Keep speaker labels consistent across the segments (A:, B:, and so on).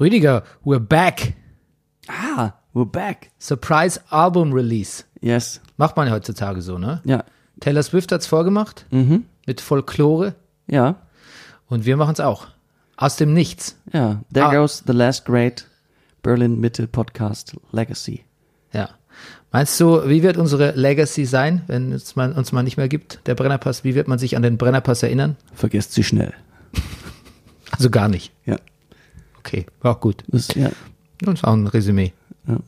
A: Rüdiger, we're back.
B: Ah, we're back.
A: Surprise Album Release.
B: Yes.
A: Macht man ja heutzutage so, ne?
B: Ja.
A: Taylor Swift hat's vorgemacht. Mit Folklore.
B: Ja.
A: Und wir machen's auch. Aus dem Nichts.
B: Ja. There
A: Ah.
B: goes the last great Berlin Mitte Podcast Legacy.
A: Ja. Meinst du, wie wird unsere Legacy sein, wenn es mal, uns mal nicht mehr gibt, der Brennerpass? Wie wird man sich an den Brennerpass erinnern?
B: Vergesst sie schnell.
A: Also gar nicht.
B: Ja.
A: Okay, war auch gut.
B: Das, ja.
A: Das ist auch ein Resümee.
B: ja.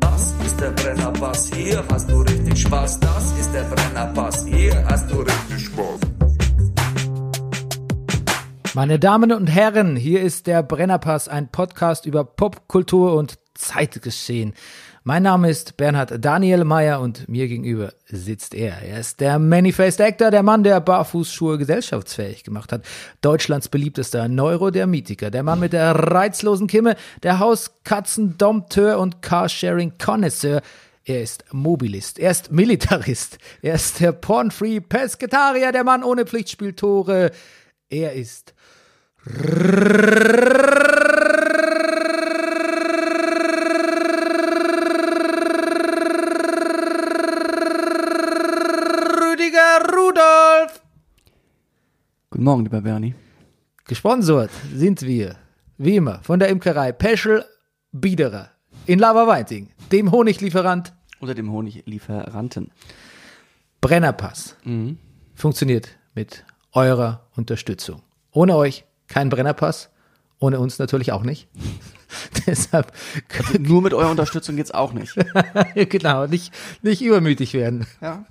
C: Das ist der Brennerpass, hier hast du richtig Spaß. Das ist der Brennerpass, hier hast du richtig Spaß.
A: Meine Damen und Herren, hier ist der Brennerpass, ein Podcast über Popkultur und Zeitgeschehen. Mein Name ist Bernhard Daniel Mayer und mir gegenüber sitzt er. Er ist der Many-Faced Actor, der Mann, der Barfußschuhe gesellschaftsfähig gemacht hat. Deutschlands beliebtester Neurodermitiker, der Mann mit der reizlosen Kimme, der Hauskatzendompteur und Carsharing-Connoisseur. Er ist Mobilist, er ist Militarist, er ist der Pornfree Pesketarier, der Mann ohne Pflichtspieltore. Er ist Rüdiger Rudolf.
B: Guten Morgen, lieber Bernie.
A: Gesponsert sind wir, wie immer, von der Imkerei Peschel Biederer in Laberweiting, dem Honiglieferant
B: Unter dem Honiglieferanten.
A: Brennerpass. Funktioniert mit eurer Unterstützung. Ohne euch kein Brennerpass, ohne uns natürlich auch nicht. Deshalb
B: Nur mit eurer Unterstützung geht's auch nicht.
A: genau, nicht, nicht übermütig werden.
B: Ja.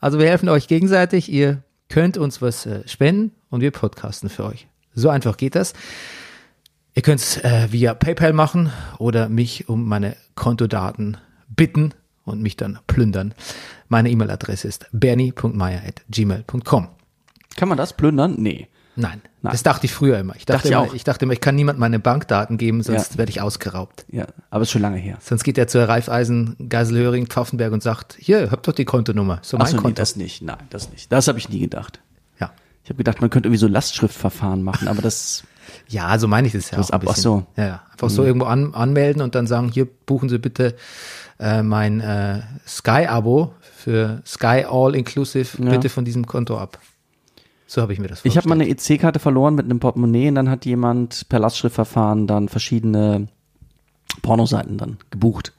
A: Also wir helfen euch gegenseitig. Ihr könnt uns was äh, spenden und wir podcasten für euch. So einfach geht das. Ihr könnt es äh, via PayPal machen oder mich um meine Kontodaten bitten und mich dann plündern. Meine E-Mail-Adresse ist bernie.meier.gmail.com.
B: Kann man das plündern? Nee.
A: Nein,
B: Nein.
A: das dachte ich früher immer. Ich dachte,
B: Dachte ich
A: immer,
B: auch.
A: ich dachte immer, ich kann niemand meine Bankdaten geben, sonst
B: Ja.
A: werde ich ausgeraubt.
B: Ja, aber ist schon lange her.
A: Sonst geht er zur Raiffeisen, Geiselhöring, Pfaffenberg und sagt, hier, habt doch die Kontonummer. So mein
B: Achso, nee,
A: Konto.
B: das nicht. Nein, das nicht. Das habe ich nie gedacht.
A: ja.
B: Ich habe gedacht, man könnte irgendwie so Lastschriftverfahren machen, aber das
A: Ja, so meine ich das ja
B: Das
A: auch. Ein
B: ab- ach
A: bisschen.
B: so. Mhm.
A: Ja, ja. Einfach so irgendwo an, anmelden und dann sagen, hier buchen Sie bitte äh, mein äh, Sky-Abo für Sky All Inclusive,
B: Ja.
A: bitte von diesem Konto ab. So habe ich mir das
B: Ich habe mal
A: vorgestellt.
B: eine EC-Karte verloren mit einem Portemonnaie und dann hat jemand per Lastschriftverfahren dann verschiedene Pornoseiten dann gebucht.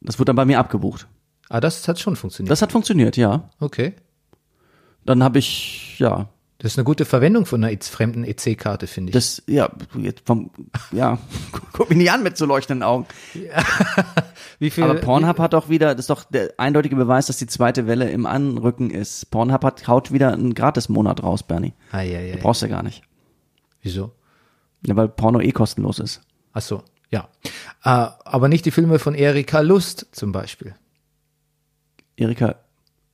B: Das wurde dann bei mir abgebucht.
A: Ah, das hat schon funktioniert.
B: Das hat funktioniert, ja.
A: okay.
B: Dann habe ich, ja,
A: Das ist eine gute Verwendung von einer fremden EC-Karte, finde ich.
B: das, ja, jetzt vom, ja, guck mich nicht an mit so leuchtenden Augen.
A: Wie viel,
B: Aber Pornhub hat auch wieder, das ist doch der eindeutige Beweis, dass die zweite Welle im Anrücken ist. Pornhub hat, haut wieder einen Gratis-Monat raus, Bernie.
A: Ah, ja, ja, ja.
B: Brauchst du gar nicht.
A: Wieso?
B: Ja, weil Porno eh kostenlos ist.
A: Ach so, ja. Äh, aber nicht die Filme von Erika Lust zum Beispiel.
B: Erika,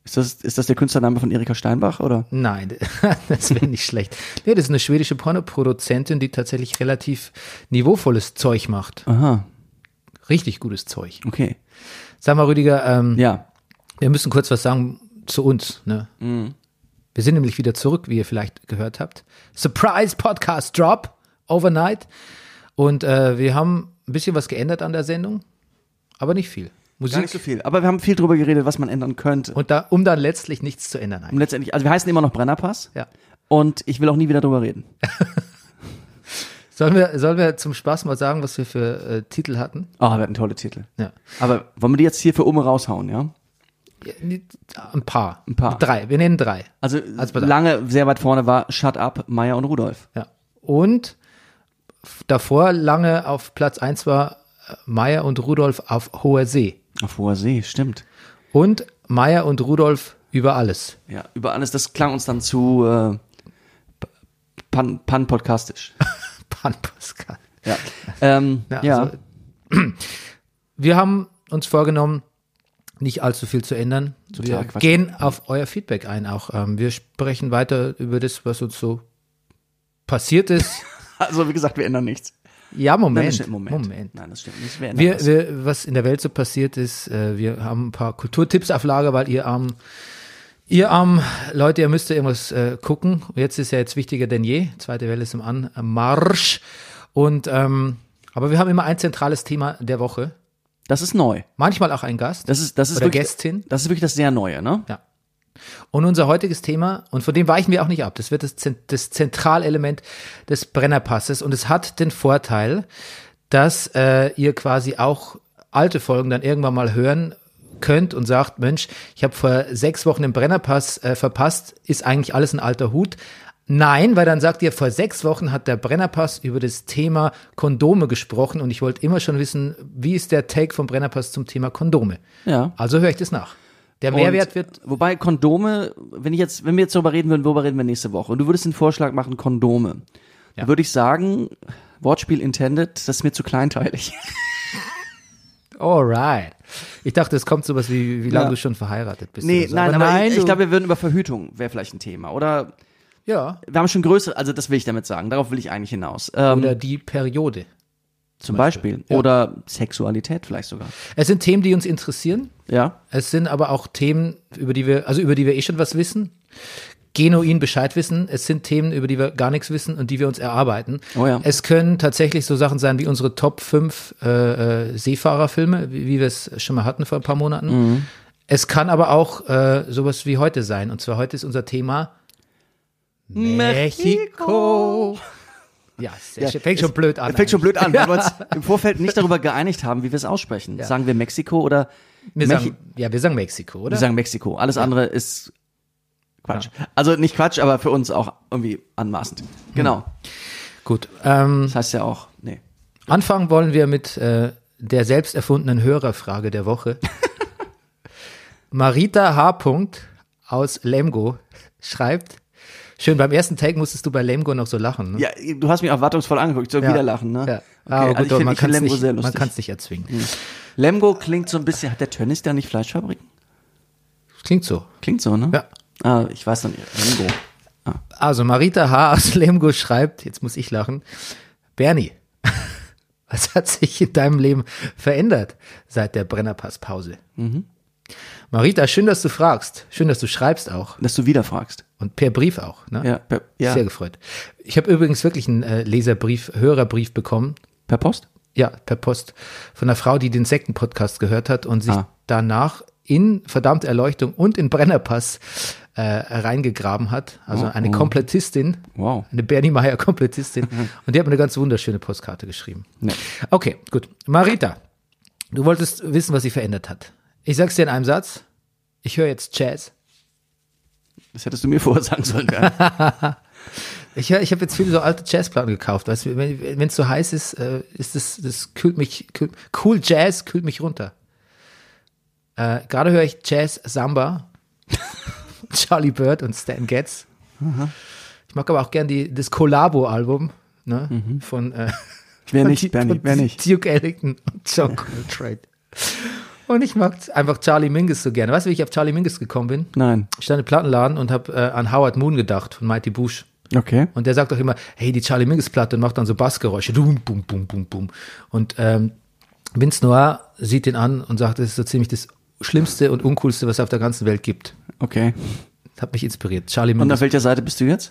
B: ist das, ist das der Künstlername von Erika Steinbach, oder?
A: Nein, das wäre nicht schlecht. Nee, das ist eine schwedische Pornoproduzentin, die tatsächlich relativ niveauvolles Zeug macht.
B: Aha,
A: Richtig gutes Zeug.
B: okay.
A: Sag mal, Rüdiger, ähm,
B: Ja,
A: wir müssen kurz was sagen zu uns. Ne? Wir sind nämlich wieder zurück, wie ihr vielleicht gehört habt. Surprise Podcast Drop overnight. Und äh, wir haben ein bisschen was geändert an der Sendung, aber nicht viel.
B: gar nicht so
A: Musik.
B: viel. Aber wir haben viel drüber geredet, was man ändern könnte.
A: Und da, um dann letztlich nichts zu ändern.
B: Und letztendlich, also wir heißen immer noch Brennerpass.
A: Ja.
B: Und ich will auch nie wieder drüber reden.
A: Sollen wir, sollen wir zum Spaß mal sagen, was wir für äh, Titel hatten?
B: Ah, wir hatten tolle Titel.
A: Ja.
B: Aber wollen wir die jetzt hier für Ume raushauen, ja?
A: Ja, nee, Ein paar. Ein
B: paar.
A: Drei. Wir nennen drei.
B: Also,
A: Also pass auf.
B: lange sehr weit vorne war Shut Up, Maya und Rudolf.
A: Ja. Und f- davor lange auf Platz eins war äh, Meier und Rudolf auf hoher See.
B: Auf hoher See, stimmt.
A: Und Meier und Rudolf über alles.
B: Ja, über alles, das klang uns dann zu äh, pan, pan-podcastisch.
A: Pan Pascal.
B: ja. Ähm,
A: Ja,
B: ja,
A: also- Wir haben uns vorgenommen, nicht allzu viel zu ändern.
B: Total
A: wir
B: Quatsch.
A: gehen auf euer Feedback ein auch. Ähm, wir sprechen weiter über das, was uns so passiert ist.
B: also wie gesagt, wir ändern nichts.
A: Ja,
B: Nein, das
A: Moment.
B: stimmt, Moment. Nein, das stimmt nicht. Wir, ändern
A: Wir,
B: das.
A: wir, was in der Welt so passiert ist, äh, wir haben ein paar Kulturtipps auf Lager, weil ihr armen, ihr armen Leute, ihr müsst ja irgendwas äh, gucken. Und Jetzt ist ja jetzt wichtiger denn je. Zweite Welle ist im Anmarsch. Und, ähm, aber wir haben immer ein zentrales Thema der Woche.
B: das ist neu.
A: Manchmal auch ein Gast.
B: Das ist, das ist
A: Oder
B: wirklich,
A: Gästin.
B: Das ist wirklich das sehr Neue, ne?
A: Ja. Und unser heutiges Thema, und von dem weichen wir auch nicht ab, das wird das, Zent- das Zentralelement des Brennerpasses. Und es hat den Vorteil, dass äh, ihr quasi auch alte Folgen dann irgendwann mal hören könnt und sagt, Mensch, ich habe vor sechs Wochen den Brennerpass äh, verpasst, ist eigentlich alles ein alter Hut. Nein, weil dann sagt ihr, vor sechs Wochen hat der Brennerpass über das Thema Kondome gesprochen und ich wollte immer schon wissen, wie ist der Take vom Brennerpass zum Thema Kondome?
B: Ja.
A: Also höre ich das nach. Der Mehrwert
B: Und-
A: wird
B: Wobei Kondome, wenn ich jetzt, wenn wir jetzt darüber reden würden, worüber reden wir nächste Woche? Und du würdest den Vorschlag machen, Kondome. Dann würde ich sagen, Wortspiel intended, das ist mir zu kleinteilig.
A: Alright. Ich dachte, es kommt sowas wie, wie lange
B: Ja.
A: du schon verheiratet bist.
B: Nee,
A: oder so.
B: nein, aber nein, ich,
A: du-
B: ich glaube, wir würden über Verhütung, wäre vielleicht ein Thema. Oder
A: ja.
B: wir haben schon größere, also das will ich damit sagen, darauf will ich eigentlich hinaus. Ähm,
A: Oder die Periode.
B: zum Beispiel.
A: ja.
B: Oder Sexualität vielleicht sogar.
A: Es sind Themen, die uns interessieren.
B: Ja.
A: Es sind aber auch Themen, über die wir, also über die wir eh schon was wissen. Genuin Bescheid wissen. Es sind Themen, über die wir gar nichts wissen und die wir uns erarbeiten.
B: Oh ja.
A: Es können tatsächlich so Sachen sein wie unsere Top 5 äh, äh, Seefahrerfilme, wie, wie wir es schon mal hatten vor ein paar Monaten.
B: Mhm.
A: Es kann aber auch äh, sowas wie heute sein. Und zwar heute ist unser Thema Mexiko. Ja, sehr schön. fängt schon blöd an.
B: Fängt schon blöd an,
A: Ja.
B: weil wir uns im Vorfeld nicht darüber geeinigt haben, wie wir es aussprechen. Sagen wir Mexiko oder
A: Wir
B: Mexi-
A: sagen, ja, wir sagen Mexiko, oder?
B: Wir sagen Mexiko. Alles andere ist Quatsch. Also nicht Quatsch, aber für uns auch irgendwie anmaßend. Genau.
A: Hm. Gut. Ähm,
B: Das heißt ja auch, nee.
A: anfangen wollen wir mit äh, der selbst erfundenen Hörerfrage der Woche. Marita H. Punkt aus Lemgo schreibt, schön, beim ersten Take musstest du bei Lemgo noch so lachen. Ne?
B: Ja, du hast mich auch wartungsvoll angeguckt. So wieder lachen, ne?
A: Ja.
B: Okay,
A: Aber gut,
B: also ich find-
A: man
B: ich find
A: kann es
B: Lemgo
A: nicht,
B: sehr
A: man
B: lustig. Mhm.
A: kann's nicht erzwingen.
B: Lemgo klingt so ein bisschen, hat der Tönnis da nicht Fleischfabriken?
A: Klingt so.
B: Klingt so, ne?
A: Ja.
B: Ah, ich weiß noch nicht. Lemgo.
A: Also Marita H. aus Lemgo schreibt, jetzt muss ich lachen, Bernie, was hat sich in deinem Leben verändert seit der Brennerpass-Pause?
B: Mhm.
A: Marita, schön, dass du fragst. Schön, dass du schreibst auch.
B: Dass du wieder fragst.
A: Und per Brief auch. Ne?
B: Ja, per, ja.
A: Sehr gefreut. Ich habe übrigens wirklich einen äh, Leserbrief, Hörerbrief bekommen.
B: per Post?
A: Ja, per Post. Von einer Frau, die den Sekten-Podcast gehört hat und sich
B: Ah.
A: danach in Verdammte Erleuchtung und in Brennerpass äh, reingegraben hat. Also eine Komplettistin.
B: Oh, Wow.
A: Eine Bernie Meyer Komplettistin. Und die hat mir eine ganz wunderschöne Postkarte geschrieben.
B: Nee.
A: Okay, gut. Marita, du wolltest wissen, was sich verändert hat. Ich sag's dir in einem Satz. Ich höre jetzt Jazz.
B: Das hättest du mir vorher sagen sollen. Bernd.
A: Ich, hör- ich habe jetzt viele so alte Jazzplatten gekauft. Weißt, du, wenn es so heiß ist, äh, ist das, das kühlt mich, kühlt, cool Jazz kühlt mich runter. Äh, Gerade höre ich Jazz Samba, Charlie Bird und Stan Getz. Ich mag aber auch gern die, das Collabo-Album ne, von, äh,
B: Mhm. Wer
A: von
B: nicht,
A: Duke-
B: Bernie,
A: von
B: wer nicht.
A: Duke Ellington und John Coltrane. Und ich mag einfach Charlie Mingus so gerne. Weißt du, wie ich auf Charlie Mingus gekommen bin?
B: Nein.
A: Ich stand im Plattenladen und habe äh, an Howard Moon gedacht von Mighty Bush.
B: Okay.
A: Und der sagt auch immer, hey, die Charlie Mingus Platte und macht dann so Bassgeräusche. Dum, bum, bum, bum, bum. Und ähm, Vince Noir sieht ihn an und sagt, das ist so ziemlich das Schlimmste und Uncoolste, was es auf der ganzen Welt gibt.
B: Okay.
A: Das hat mich inspiriert. Charlie
B: Und auf
A: Mingus.
B: welcher Seite bist du jetzt?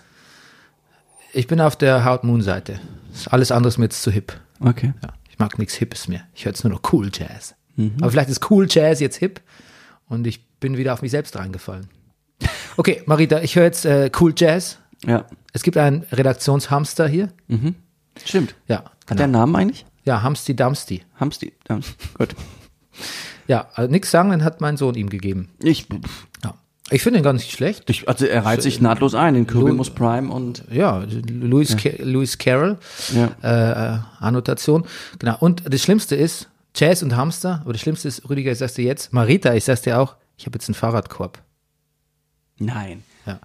A: Ich bin auf der Howard Moon Seite. Ist Alles andere ist mir jetzt zu hip.
B: Okay.
A: Ja, ich mag nichts Hippes mehr. Ich höre jetzt nur noch Cool Jazz.
B: Mhm.
A: Aber vielleicht ist Cool Jazz jetzt hip und ich bin wieder auf mich selbst reingefallen. Okay, Marita, ich höre jetzt äh, Cool Jazz.
B: Ja.
A: Es gibt einen Redaktionshamster hier.
B: Stimmt.
A: Ja, genau.
B: Hat der einen Namen eigentlich?
A: Ja, Hamsti Damsti.
B: Hamsti. Ja, gut.
A: Ja, also nichts sagen, dann hat mein Sohn ihm gegeben.
B: Ich,
A: Ja. Ich finde ihn gar nicht schlecht.
B: ich, also er reiht sich nahtlos ein in Kyrimus Prime und
A: Ja, Louis, Ca- Louis Carroll,
B: ja.
A: äh, äh, Annotation. Genau. Und das Schlimmste ist, Jazz und Hamster, aber das Schlimmste ist, Rüdiger, ich sag's dir jetzt, Marita, ich sag's dir auch, ich habe jetzt einen Fahrradkorb.
B: nein.
A: Ja.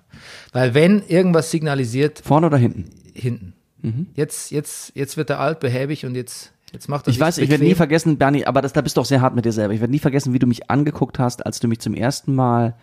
A: Weil wenn irgendwas signalisiert,
B: Vorne oder hinten?
A: hinten.
B: Mhm.
A: Jetzt, jetzt, jetzt wird er alt, behäbig und jetzt, jetzt macht er
B: Ich
A: sich's
B: weiß, ich werde
A: bequem.
B: nie vergessen, Bernie, aber das, da bist du auch sehr hart mit dir selber. Ich werde nie vergessen, wie du mich angeguckt hast, als du mich zum ersten Mal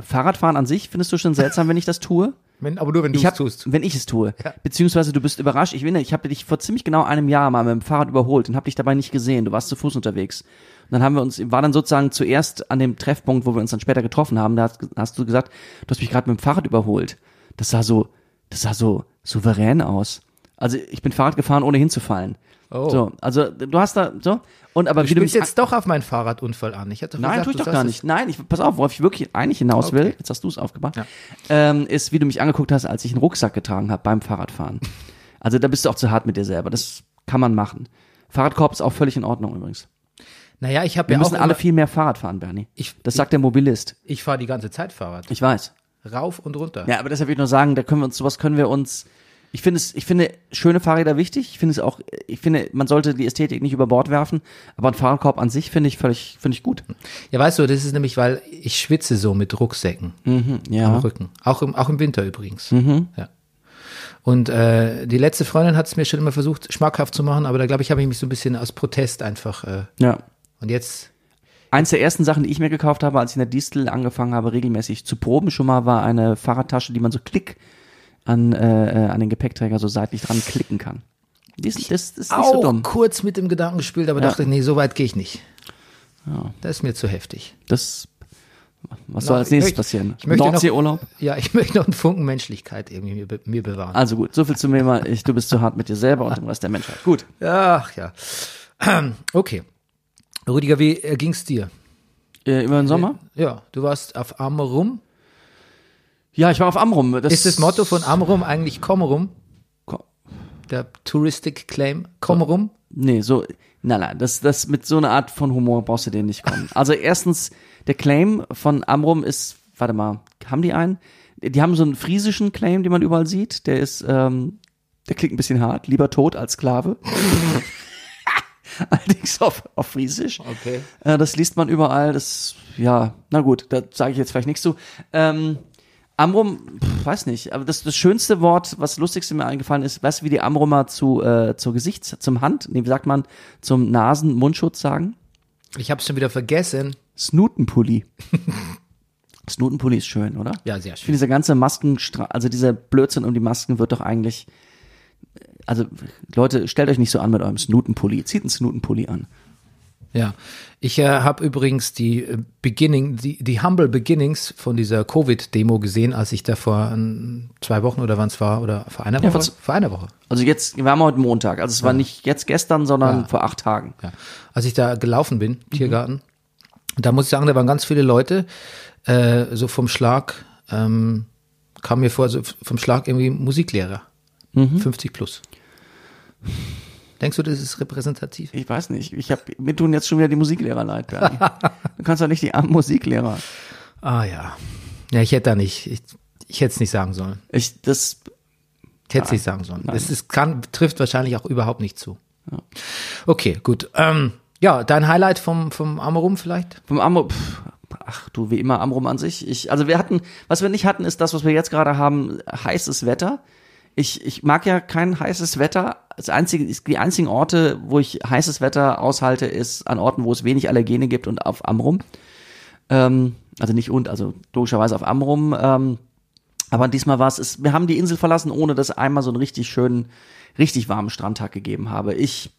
B: Fahrradfahren an sich findest du schon seltsam, wenn ich das tue?
A: Wenn, aber nur wenn du
B: Ich
A: es
B: hab,
A: tust.
B: Wenn ich es tue. Beziehungsweise du bist überrascht. Ich erinnere, ich habe dich vor ziemlich genau einem Jahr mal mit dem Fahrrad überholt und habe dich dabei nicht gesehen. Du warst zu Fuß unterwegs. Und dann haben wir uns, war dann sozusagen zuerst an dem Treffpunkt, wo wir uns dann später getroffen haben, da hast, hast du gesagt, du hast mich gerade mit dem Fahrrad überholt. Das sah so, das sah so souverän aus. Also ich bin Fahrrad gefahren, ohne hinzufallen.
A: Oh.
B: So, also du hast da so und aber
A: Du
B: wie du mich
A: spielst jetzt doch auf meinen Fahrradunfall an. Ich hatte
B: Nein,
A: gesagt,
B: tue ich
A: du
B: doch
A: sagst
B: gar
A: es-
B: nicht. Nein, ich, pass auf, worauf ich wirklich eigentlich hinaus
A: Okay.
B: will, jetzt hast du es aufgemacht, ähm, ist, wie du mich angeguckt hast, als ich einen Rucksack getragen habe beim Fahrradfahren. Also da bist du auch zu hart mit dir selber. Das kann man machen. Fahrradkorb ist auch völlig in Ordnung übrigens.
A: Naja, ich habe
B: Wir
A: ja auch
B: müssen alle
A: alle
B: viel mehr Fahrrad fahren, Bernie.
A: Ich-
B: das sagt der Mobilist.
A: ich fahre die ganze Zeit Fahrrad.
B: Ich weiß.
A: Rauf und runter.
B: Ja, aber deshalb will ich nur sagen, da können wir uns, sowas können wir uns, ich finde es, ich finde schöne Fahrräder wichtig. Ich finde es auch, ich finde, man sollte die Ästhetik nicht über Bord werfen. Aber ein Fahrradkorb an sich finde ich völlig, finde ich gut.
A: Ja, weißt du, das ist nämlich, weil ich schwitze so mit Rucksäcken am
B: Ja. Mhm.
A: Rücken. Auch im, auch im Winter übrigens. Ja. Und äh, die letzte Freundin hat es mir schon immer versucht, schmackhaft zu machen, aber da glaube ich, habe ich mich so ein bisschen aus Protest einfach. Äh,
B: Ja.
A: und jetzt,
B: Eins der ersten Sachen, die ich mir gekauft habe, als ich in der Distel angefangen habe, regelmäßig zu proben, schon mal war eine Fahrradtasche, die man so klick an, äh, äh, an den Gepäckträger so seitlich dran klicken kann. Das, das, das ist nicht so
A: auch
B: dumm.
A: kurz mit dem Gedanken gespielt, aber
B: Ja.
A: dachte, nee, so weit gehe ich nicht.
B: Ja.
A: Das ist mir zu heftig.
B: Das, was soll
A: Na,
B: als
A: ich
B: nächstes
A: möchte-
B: passieren?
A: ich möchte noch-
B: Nordseeurlaub?
A: Ja, ich möchte noch einen Funken Menschlichkeit irgendwie mir, be- mir bewahren.
B: Also gut, so viel zu mir mal. Ich, du bist zu hart mit dir selber und dem Rest der Menschheit. Gut.
A: Ach ja. Okay. Rüdiger, wie äh, ging's dir?
B: Äh, über den Sommer?
A: Ja, du warst auf Amrum.
B: Ja, ich war auf Amrum. Das
A: Ist das Motto von Amrum eigentlich komm rum?
B: Ko-
A: Der Touristic Claim, komm rum?
B: Nee, so, na na, das, das mit so einer Art von Humor brauchst du dir nicht kommen. Also erstens, der Claim von Amrum ist, warte mal, haben die einen? Die haben so einen friesischen Claim, den man überall sieht. Der ist, ähm, der klingt ein bisschen hart. Lieber tot als Sklave. Allerdings auf, auf Friesisch.
A: Okay.
B: Äh, das liest man überall. Das, ja, na gut, da sage ich jetzt vielleicht nichts zu. Ähm, Amrum, pf, weiß nicht, aber das, das schönste Wort, was lustigste mir eingefallen ist, weißt du, wie die Amrumer zu, äh, zur Gesichts-, zum Hand, nee, wie sagt man, zum Nasen-Mundschutz sagen?
A: Ich hab's schon wieder vergessen.
B: Snutenpulli. Snutenpulli ist schön, oder?
A: Ja, sehr
B: Ich finde,
A: schön.
B: dieser ganze Masken, also dieser Blödsinn um die Masken wird doch eigentlich, also Leute, stellt euch nicht so an mit eurem Snutenpulli. Zieht einen Snutenpulli an.
A: Ja. Ich äh, habe übrigens die äh, Beginning, die, die Humble Beginnings von dieser Covid-Demo gesehen, als ich da vor ähm, zwei Wochen oder wann es war, oder vor einer Woche?
B: vor z-
A: vor einer Woche.
B: Also jetzt, wir haben heute Montag. Also es war nicht jetzt gestern, sondern
A: Ja.
B: vor acht Tagen.
A: ja. als ich da gelaufen bin,
B: Mhm.
A: Tiergarten, und da muss ich sagen, da waren ganz viele Leute, äh, so vom Schlag, ähm, kam mir vor, so f- vom Schlag irgendwie Musiklehrer,
B: Mhm.
A: 50 plus. Denkst du, das ist repräsentativ?
B: Ich weiß nicht. Ich hab, mir tun jetzt schon wieder die Musiklehrer leid, Bernie. Du kannst doch nicht die armen Musiklehrer.
A: Ah ja. Ja, ich hätte da nicht, ich, ich hätte es nicht sagen sollen.
B: Ich, das,
A: Ich hätte es nicht sagen sollen. Das ist, kann, trifft wahrscheinlich auch überhaupt nicht zu. Okay, gut. Ähm, ja, dein Highlight vom, vom Amorum vielleicht?
B: vom Amrum, pff, ach du, wie immer Amrum an sich. Ich, also wir hatten, was wir nicht hatten, ist das, was wir jetzt gerade haben, heißes Wetter. Ich, ich mag ja kein heißes Wetter. Das einzige, ist- die einzigen Orte, wo ich heißes Wetter aushalte, ist an Orten, wo es wenig Allergene gibt und auf Amrum. Ähm, also nicht und, also logischerweise auf Amrum. Ähm, aber diesmal war es- es, wir haben die Insel verlassen, ohne dass einmal so einen richtig schönen, richtig warmen Strandtag gegeben habe. Ich,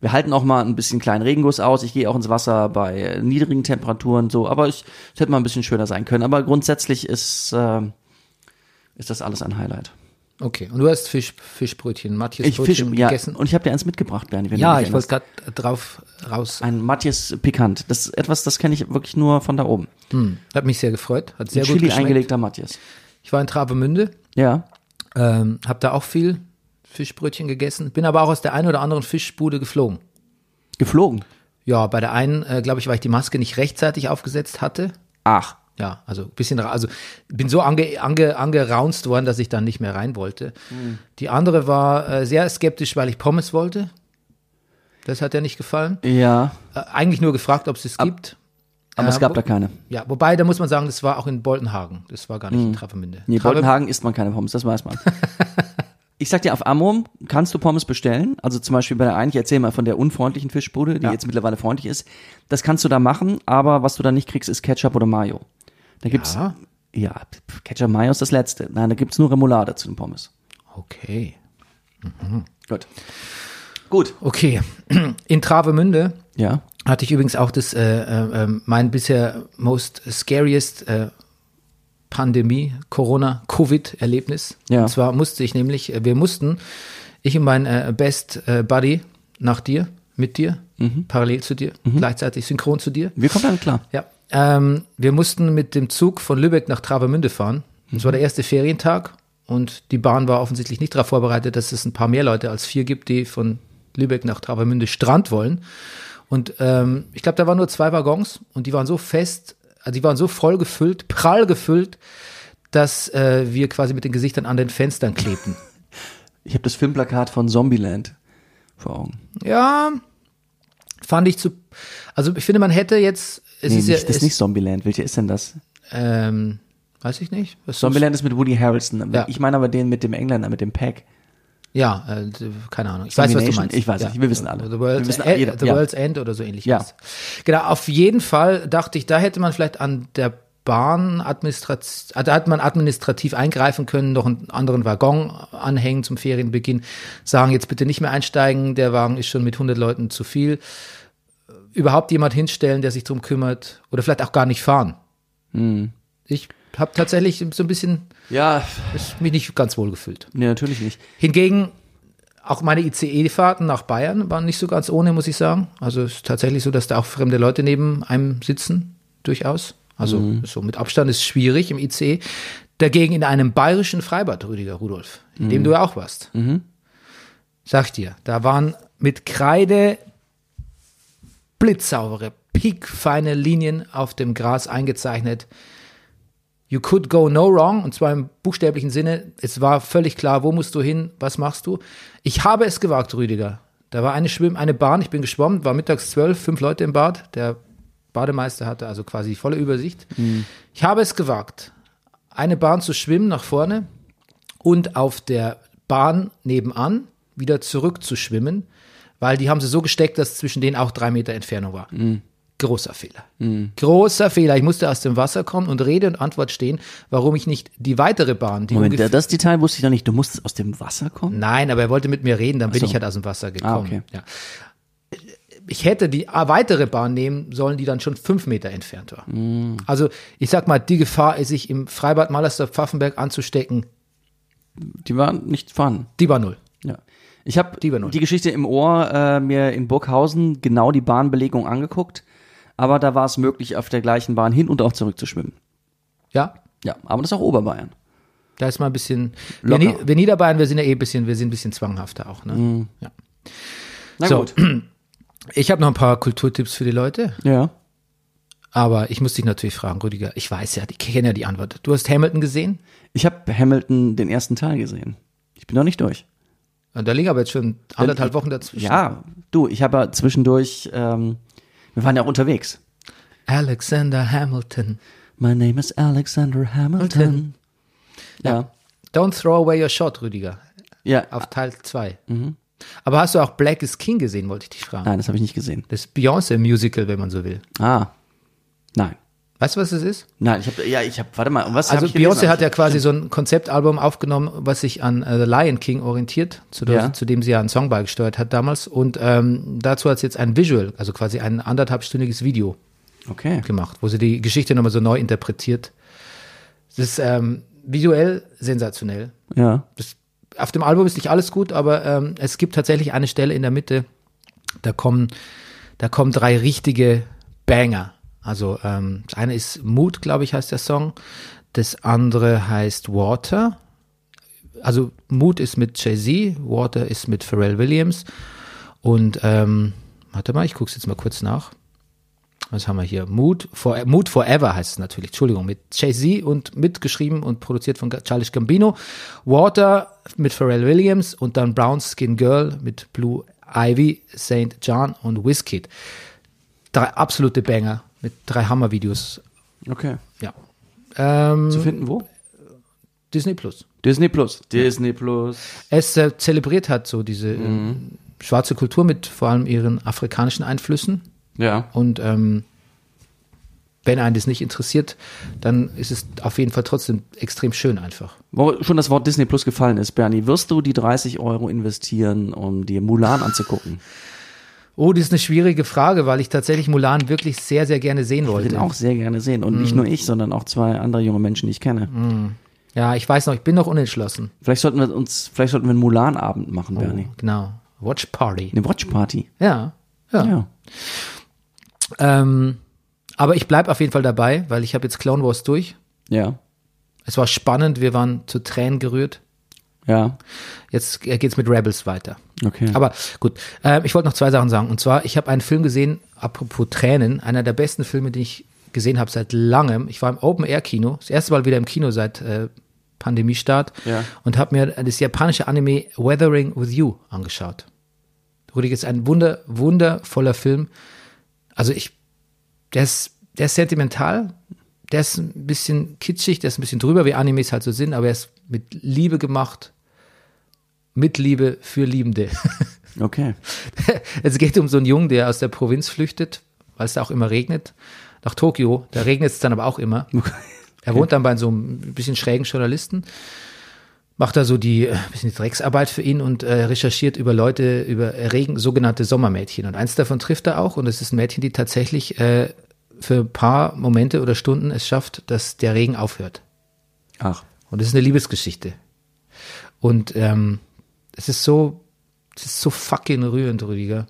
B: wir halten auch mal ein bisschen kleinen Regenguss aus. Ich gehe auch ins Wasser bei äh, niedrigen Temperaturen so, aber ich, es hätte mal ein bisschen schöner sein können. Aber grundsätzlich ist, äh, ist das alles ein Highlight.
A: Okay, und du hast Fisch, Fischbrötchen, Matthias
B: Ich Fisch,
A: Brötchen
B: ja,
A: gegessen?
B: und ich habe dir eins mitgebracht, Bernie. Wenn
A: Ja,
B: du dich
A: ich wollte
B: erinnerst.
A: gerade drauf raus.
B: Ein Matthias Pikant. Das ist etwas, das kenne ich wirklich nur von da oben.
A: Hm. Hat mich sehr gefreut, hat sehr
B: Mit
A: gut
B: Chili
A: geschmeckt.
B: eingelegter Matthias.
A: Ich war in Travemünde,
B: Ja.
A: ähm, habe da auch viel Fischbrötchen gegessen, bin aber auch aus der einen oder anderen Fischbude geflogen.
B: Geflogen.
A: Ja, bei der einen, äh, glaube ich, weil ich die Maske nicht rechtzeitig aufgesetzt hatte.
B: Ach.
A: Ja, also ein bisschen, ra- also bin so ange, ange, angeraunzt worden, dass ich dann nicht mehr rein wollte.
B: Hm.
A: Die andere war äh, sehr skeptisch, weil ich Pommes wollte. Das hat ja nicht gefallen.
B: Ja.
A: Äh, eigentlich nur gefragt, ob es es gibt.
B: Aber es
A: Äh,
B: gab
A: wo-
B: da keine.
A: Ja, wobei, da muss man sagen, das war auch in Boltenhagen. Das war gar nicht in Travemünde.
B: Mhm. Nee,
A: Trave-
B: Boltenhagen isst man keine Pommes, das weiß man. ich sag dir, auf Amrum kannst du Pommes bestellen. Also zum Beispiel bei der einen, ich erzähl mal von der unfreundlichen Fischbude, die jetzt mittlerweile freundlich ist. Das kannst du da machen, aber was du da nicht kriegst, ist Ketchup oder Mayo. Da gibt's
A: Ja.
B: Ja, Ketchup Mayo ist das letzte. Nein, da gibt's nur Remoulade zu den Pommes.
A: Okay.
B: Gut. Gut.
A: Okay. In Travemünde
B: Ja.
A: hatte ich übrigens auch das, äh, äh, äh, mein bisher most scariest äh, Pandemie, Corona, Covid-Erlebnis.
B: Ja.
A: Und zwar musste ich nämlich, äh, wir mussten, ich und mein äh, Best äh, Buddy nach dir, mit dir,
B: Mhm.
A: parallel zu dir, gleichzeitig synchron zu dir.
B: Wir kommen damit klar.
A: Ja. Ähm, wir mussten mit dem Zug von Lübeck nach Travemünde fahren. Es
B: Mhm.
A: war der erste Ferientag und die Bahn war offensichtlich nicht darauf vorbereitet, dass es ein paar mehr Leute als vier gibt, die von Lübeck nach Travemünde Strand wollen. Und ähm, ich glaube, da waren nur zwei Waggons und die waren so fest, also die waren so voll gefüllt, prall gefüllt, dass äh, wir quasi mit den Gesichtern an den Fenstern klebten.
B: Ich habe das Filmplakat von Zombieland vor Augen.
A: ja, fand ich zu. Also ich finde, man hätte jetzt. Es
B: Nee,
A: ist
B: nicht,
A: ja,
B: das
A: es,
B: ist nicht Zombieland. Welcher ist denn das?
A: Ähm, weiß ich nicht. Was suchst
B: Zombieland ist mit Woody Harrelson.
A: Ja.
B: Ich meine aber den mit dem Engländer, mit dem Pack.
A: Ja, äh, d- keine Ahnung. Ich weiß, was du
B: Domination?
A: meinst.
B: Ich weiß
A: ja.
B: nicht, wir wissen alle.
A: The World's,
B: Wir wissen-
A: End,
B: jeder,
A: The
B: ja.
A: World's End oder so ähnlich.
B: Ja.
A: was. Genau, auf jeden Fall dachte ich, da hätte man vielleicht an der Bahn administrat- ah, da hat man administrativ eingreifen können, noch einen anderen Waggon anhängen zum Ferienbeginn, sagen jetzt bitte nicht mehr einsteigen, der Wagen ist schon mit 100 Leuten zu viel. Überhaupt jemand hinstellen, der sich drum kümmert oder vielleicht auch gar nicht fahren.
B: Hm.
A: Ich habe tatsächlich so ein bisschen
B: Ja,
A: mich nicht ganz wohl gefühlt.
B: nee, natürlich nicht.
A: Hingegen, auch meine ICE-Fahrten nach Bayern waren nicht so ganz ohne, muss ich sagen. Also es ist tatsächlich so, dass da auch fremde Leute neben einem sitzen, durchaus. Also so mit Abstand ist schwierig im ICE. Dagegen in einem bayerischen Freibad, Rüdiger Rudolf, in dem du ja auch warst. Sag ich dir, da waren mit Kreide blitzsaubere, piekfeine Linien auf dem Gras eingezeichnet. You could go no wrong, und zwar im buchstäblichen Sinne. Es war völlig klar, wo musst du hin, was machst du. Ich habe es gewagt, Rüdiger. Da war eine Schwimm, eine Bahn, ich bin geschwommen, war mittags zwölf, fünf Leute im Bad. Der Bademeister hatte also quasi die volle Übersicht. Ich habe es gewagt, eine Bahn zu schwimmen nach vorne und auf der Bahn nebenan wieder zurück zu schwimmen, weil die haben sie so gesteckt, dass zwischen denen auch drei Meter Entfernung war.
B: Mhm.
A: Großer Fehler. Großer Fehler. Ich musste aus dem Wasser kommen und Rede und Antwort stehen, warum ich nicht die weitere Bahn, die
B: Moment,
A: ungefähr-
B: das Detail wusste ich noch nicht. Du musst aus dem Wasser kommen?
A: Nein, aber er wollte mit mir reden, dann bin
B: so.
A: ich halt aus dem Wasser gekommen.
B: Ah, okay.
A: ja. Ich hätte die ah, weitere Bahn nehmen sollen, die dann schon fünf Meter entfernt war.
B: Mhm.
A: Also ich sag mal, die Gefahr, sich im Freibad Malersdorf Pfaffenberg anzustecken,
B: Hm. Die waren nicht vorhanden.
A: die war null.
B: Ja. Ich habe
A: Die war null.
B: die Geschichte im Ohr äh, mir in Burghausen genau die Bahnbelegung angeguckt, aber da war es möglich, auf der gleichen Bahn hin und auch zurück zu schwimmen.
A: Ja,
B: Ja, aber das ist auch Oberbayern.
A: Da ist mal ein bisschen. Wir,
B: Locker. Mhm.
A: nie, wir Niederbayern, wir sind ja eh ein bisschen, wir sind ein bisschen zwanghafter auch. Ne? Ja.
B: Na
A: So.
B: gut.
A: Ich habe noch ein paar Kulturtipps für die Leute,
B: Ja.
A: aber ich muss dich natürlich fragen, Rüdiger. Ich weiß ja, ich kenne ja die Antwort. Du hast Hamilton gesehen?
B: Ich habe Hamilton den ersten Teil gesehen. Ich bin noch nicht durch.
A: Und da liegen aber jetzt schon anderthalb Wochen dazwischen.
B: Ja, du, ich habe ja zwischendurch, ähm, wir waren ja auch unterwegs.
A: Alexander Hamilton.
B: My name is Alexander Hamilton. Ja,
A: Don't throw away your shot, Rüdiger.
B: ja.
A: Auf Teil 2. Aber hast du auch Black is King gesehen, wollte ich dich fragen.
B: Mhm. Nein, das habe ich nicht gesehen.
A: Das Beyoncé-Musical, wenn man so will.
B: Ah, nein.
A: Weißt du, was es ist?
B: Nein, ich habe, ja, ich habe, warte mal, und was
A: Also
B: hab ich gelesen?
A: Beyoncé hat ja quasi so ein Konzeptalbum aufgenommen, was sich an äh, The Lion King orientiert, zu, der,
B: Ja.
A: zu dem sie ja einen Song beigesteuert hat damals. Und ähm, dazu hat sie jetzt ein Visual, also quasi ein anderthalbstündiges Video
B: Okay.
A: gemacht, wo sie die Geschichte nochmal so neu interpretiert. Das ist ähm, visuell sensationell.
B: Ja.
A: Das, auf dem Album ist nicht alles gut, aber ähm, es gibt tatsächlich eine Stelle in der Mitte, da kommen, da kommen drei richtige Banger. Also ähm, das eine ist Mut, glaube ich, heißt der Song. Das andere heißt Water. Also Mut ist mit Jay-Z, Water ist mit Pharrell Williams. Und ähm, warte mal, ich gucke es jetzt mal kurz nach. Was haben wir hier? Mood, for, Mood Forever heißt es natürlich, Entschuldigung, mit Jay-Z und mitgeschrieben und produziert von Charles Gambino. Water mit Pharrell Williams und dann Brown Skin Girl mit Blue Ivy, St. John und Wizkid. Drei absolute Banger mit drei Hammer-Videos.
B: Okay.
A: Ja. Ähm,
B: Zu finden wo?
A: Disney Plus.
B: Disney Plus. Disney Plus.
A: es äh, zelebriert hat, so diese ähm, schwarze Kultur mit vor allem ihren afrikanischen Einflüssen.
B: Ja.
A: Und ähm, wenn einen das nicht interessiert, dann ist es auf jeden Fall trotzdem extrem schön einfach.
B: Wo schon das Wort Disney Plus gefallen ist, Bernie, wirst du die 30 Euro investieren, um dir Mulan anzugucken?
A: Oh, das ist eine schwierige Frage, weil ich tatsächlich Mulan wirklich sehr, sehr gerne sehen
B: Ich will den
A: wollte.
B: auch sehr gerne sehen. Und
A: Mhm.
B: nicht nur ich, sondern auch zwei andere junge Menschen, die ich kenne.
A: Ja, ich weiß noch, ich bin noch unentschlossen.
B: Vielleicht sollten wir uns, vielleicht sollten wir einen Mulan-Abend machen, Bernie.
A: Genau. Watch Party.
B: Eine Watch-Party.
A: Ja. Ja.
B: Ja.
A: Ähm, aber ich bleib auf jeden Fall dabei, weil ich habe jetzt Clone Wars durch.
B: Ja.
A: Es war spannend, wir waren zu Tränen gerührt.
B: Ja.
A: Jetzt äh, geht's mit Rebels weiter.
B: Okay.
A: Aber gut, ähm, ich wollte noch zwei Sachen sagen. Und zwar, ich habe einen Film gesehen, apropos Tränen, einer der besten Filme, den ich gesehen habe seit langem. Ich war im Open-Air-Kino, das erste Mal wieder im Kino seit äh, Pandemiestart
B: Ja.
A: und habe mir das japanische Anime Weathering with You angeschaut. Rudi, ist ein wunder, wundervoller Film. Also ich, der ist, der ist sentimental, der ist ein bisschen kitschig, der ist ein bisschen drüber, wie Animes halt so sind, aber er ist mit Liebe gemacht, mit Liebe für Liebende.
B: okay.
A: Es geht um so einen Jungen, der aus der Provinz flüchtet, weil es da auch immer regnet, nach Tokio. Da regnet es dann aber auch immer. Er wohnt dann bei so einem bisschen schrägen Journalisten, macht da so die äh, bisschen die Drecksarbeit für ihn und äh, recherchiert über Leute, über Regen, sogenannte Sommermädchen. Und eins davon trifft er auch und es ist ein Mädchen, die tatsächlich äh, für ein paar Momente oder Stunden es schafft, dass der Regen aufhört.
B: Ach.
A: Und es ist eine Liebesgeschichte. Und ähm, es ist so, es ist so fucking rührend, Rüdiger.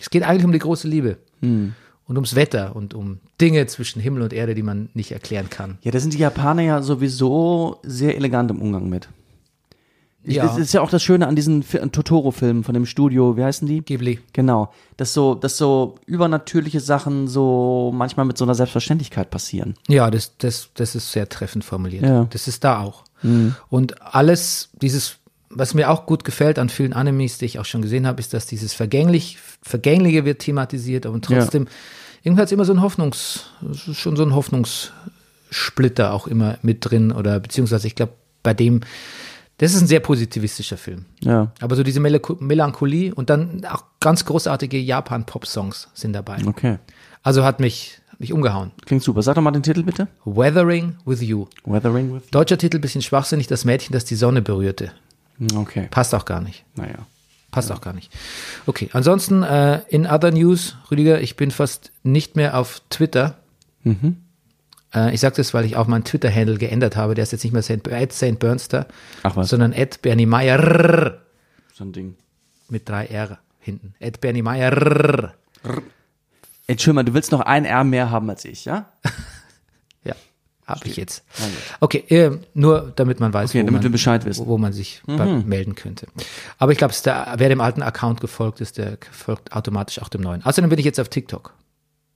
A: Es geht eigentlich um die große Liebe. Und ums Wetter und um Dinge zwischen Himmel und Erde, die man nicht erklären kann.
B: Ja, da sind die Japaner ja sowieso sehr elegant im Umgang mit. Ich,
A: Ja.
B: Das ist ja auch das Schöne an diesen Fi- Totoro-Filmen von dem Studio, wie heißen die?
A: Ghibli.
B: Genau. Dass so, dass so übernatürliche Sachen so manchmal mit so einer Selbstverständlichkeit passieren.
A: Ja, das, das, das ist sehr treffend formuliert.
B: Ja. Mhm.
A: Das ist da auch. Und alles, dieses, was mir auch gut gefällt an vielen Animes, die ich auch schon gesehen habe, ist, dass dieses Vergänglich, Vergängliche wird thematisiert, aber trotzdem, irgendwie hat es immer so ein Hoffnungs, es ist schon so ein Hoffnungssplitter auch immer mit drin oder beziehungsweise ich glaube, bei dem, das ist ein sehr positivistischer Film.
B: Ja.
A: Aber so diese Melancho- Melancholie und dann auch ganz großartige Japan-Pop-Songs sind dabei.
B: Okay.
A: Also hat mich, hat mich umgehauen.
B: Klingt super. Sag doch mal den Titel bitte.
A: Weathering with You.
B: Weathering with.
A: Deutscher Titel, bisschen schwachsinnig, das Mädchen, das die Sonne berührte.
B: Hm, Okay.
A: Passt auch gar nicht.
B: Naja.
A: Passt auch gar nicht. Okay, ansonsten äh, in other news, Rüdiger, ich bin fast nicht mehr auf Twitter.
B: Mhm.
A: Äh, ich sage das, weil ich auch meinen Twitter-Handle geändert habe. Der ist jetzt nicht mehr St. at St. Bernster,
B: Ach was.
A: sondern at Bernie Meyer
B: So ein Ding.
A: mit drei R hinten. At Bernie Meyer.
B: Ey, Schirmer, du willst noch ein R mehr haben als ich, ja?
A: Ja, habe ich jetzt.
B: Mein Gott.
A: Okay, ähm, nur damit man weiß,
B: Okay,
A: wo,
B: damit
A: man,
B: wir Bescheid wissen. Mhm.
A: wo man sich bei- melden könnte. Aber ich glaube, wer dem alten Account gefolgt ist, der folgt automatisch auch dem neuen. Außerdem bin ich jetzt auf TikTok.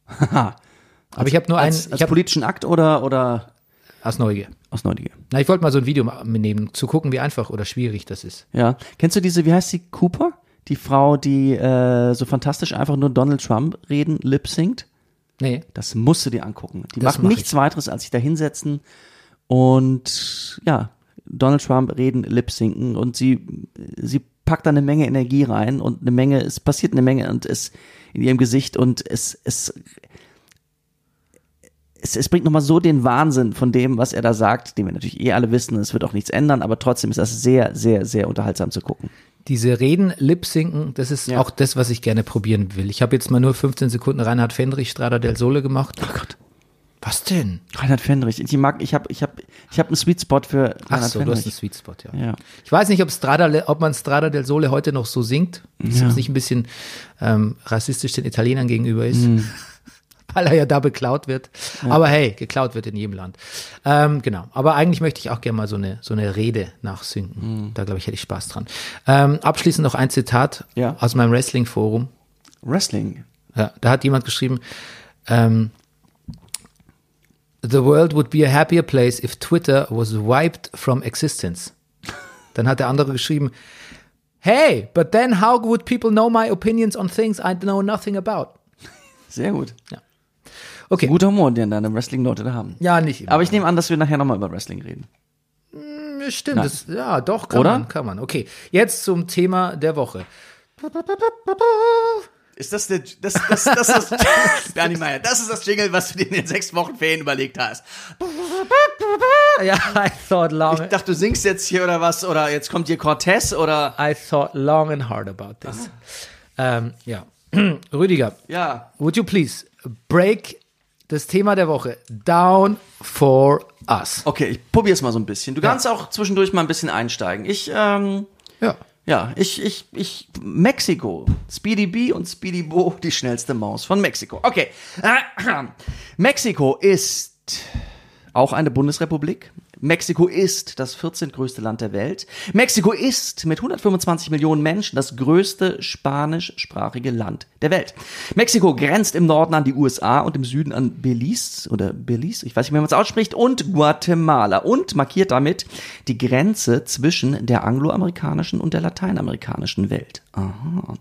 A: Aber ich habe nur einen,
B: Als, als
A: ich habe
B: politischen Akt oder, oder
A: aus Neugier.
B: aus Neugier?
A: Na, ich wollte mal so ein Video ma- nehmen, zu gucken, wie einfach oder schwierig das ist.
B: Ja. Kennst du diese, wie heißt sie, Cooper? Die Frau, die äh, so fantastisch einfach nur Donald Trump reden, lip singt?
A: Nee,
B: Das musst du dir angucken. Die
A: Das
B: macht
A: mach
B: nichts weiteres, als sich da hinsetzen und ja, Donald Trump reden, lip sinken und sie, sie packt da eine Menge Energie rein und eine Menge, es passiert eine Menge und es in ihrem Gesicht und es, es, es, es bringt nochmal so den Wahnsinn von dem, was er da sagt, den wir natürlich eh alle wissen, es wird auch nichts ändern, aber trotzdem ist das sehr, sehr, sehr unterhaltsam zu gucken.
A: diese Reden, Lip-Sinken, das ist
B: Ja.
A: auch das, was ich gerne probieren will. Ich habe jetzt mal nur 15 Sekunden Reinhard Fendrich, Strada del Sole gemacht. Oh Gott. Was denn?
B: Reinhard Fendrich, ich mag, ich habe, ich habe, ich habe einen Sweet Spot für Reinhard
A: Ach so, du hast einen
B: Fendrich.
A: Sweet Spot, ja.
B: Ja.
A: Ich weiß nicht, ob, Strada, ob man Strada del Sole heute noch so singt. Ist
B: Ja.
A: das nicht ein bisschen ähm, rassistisch den Italienern gegenüber ist?
B: Mhm.
A: Weil er ja da beklaut wird. Aber hey, geklaut wird in jedem Land. Ähm, genau. Aber eigentlich möchte ich auch gerne mal so eine, so eine Rede nachsinken.
B: Mhm.
A: Da glaube ich, hätte ich Spaß dran. Ähm, abschließend noch ein Zitat
B: Ja.
A: aus meinem Wrestling-Forum.
B: Wrestling.
A: Ja, da hat jemand geschrieben, ähm, The world would be a happier place if Twitter was wiped from existence. Dann hat der andere geschrieben, Hey, but then how would people know my opinions on things I know nothing about?
B: Sehr gut.
A: Okay.
B: Guter Humor, den deine Wrestling-Leute da haben.
A: Ja, nicht immer. Äh,
B: Aber ich nehme an, dass wir nachher nochmal über Wrestling reden.
A: Stimmt, das, ja, doch, kann
B: Oder?
A: man, kann man. Okay, jetzt zum Thema der Woche.
B: Ist das der, das, das, das, das, das Bernie Meier, das ist das Jingle, was du dir in den sechs Wochen Ferien überlegt hast.
A: Ja, I thought long,
B: Ich dachte, du singst jetzt hier oder was, oder jetzt kommt hier Cortez oder,
A: I thought long and hard about this. Ähm, ja. Rüdiger,
B: ja.
A: would you please break das Thema der Woche down for us?
B: Okay, ich probier's mal so ein bisschen. Du kannst auch zwischendurch mal ein bisschen einsteigen. Ich, ähm,
A: Ja.
B: ja, ich, ich, ich, Mexiko. Speedy B und Speedy Bo, die schnellste Maus von Mexiko. Okay. Mexiko ist auch eine Bundesrepublik. Mexiko ist das 14. größte Land der Welt. Mexiko ist mit 125 Millionen Menschen das größte spanischsprachige Land der Welt. Mexiko grenzt im Norden an die USA und im Süden an Belize oder Belize, ich weiß nicht mehr, wie man es ausspricht, und Guatemala und markiert damit die Grenze zwischen der angloamerikanischen und der lateinamerikanischen Welt. Aha.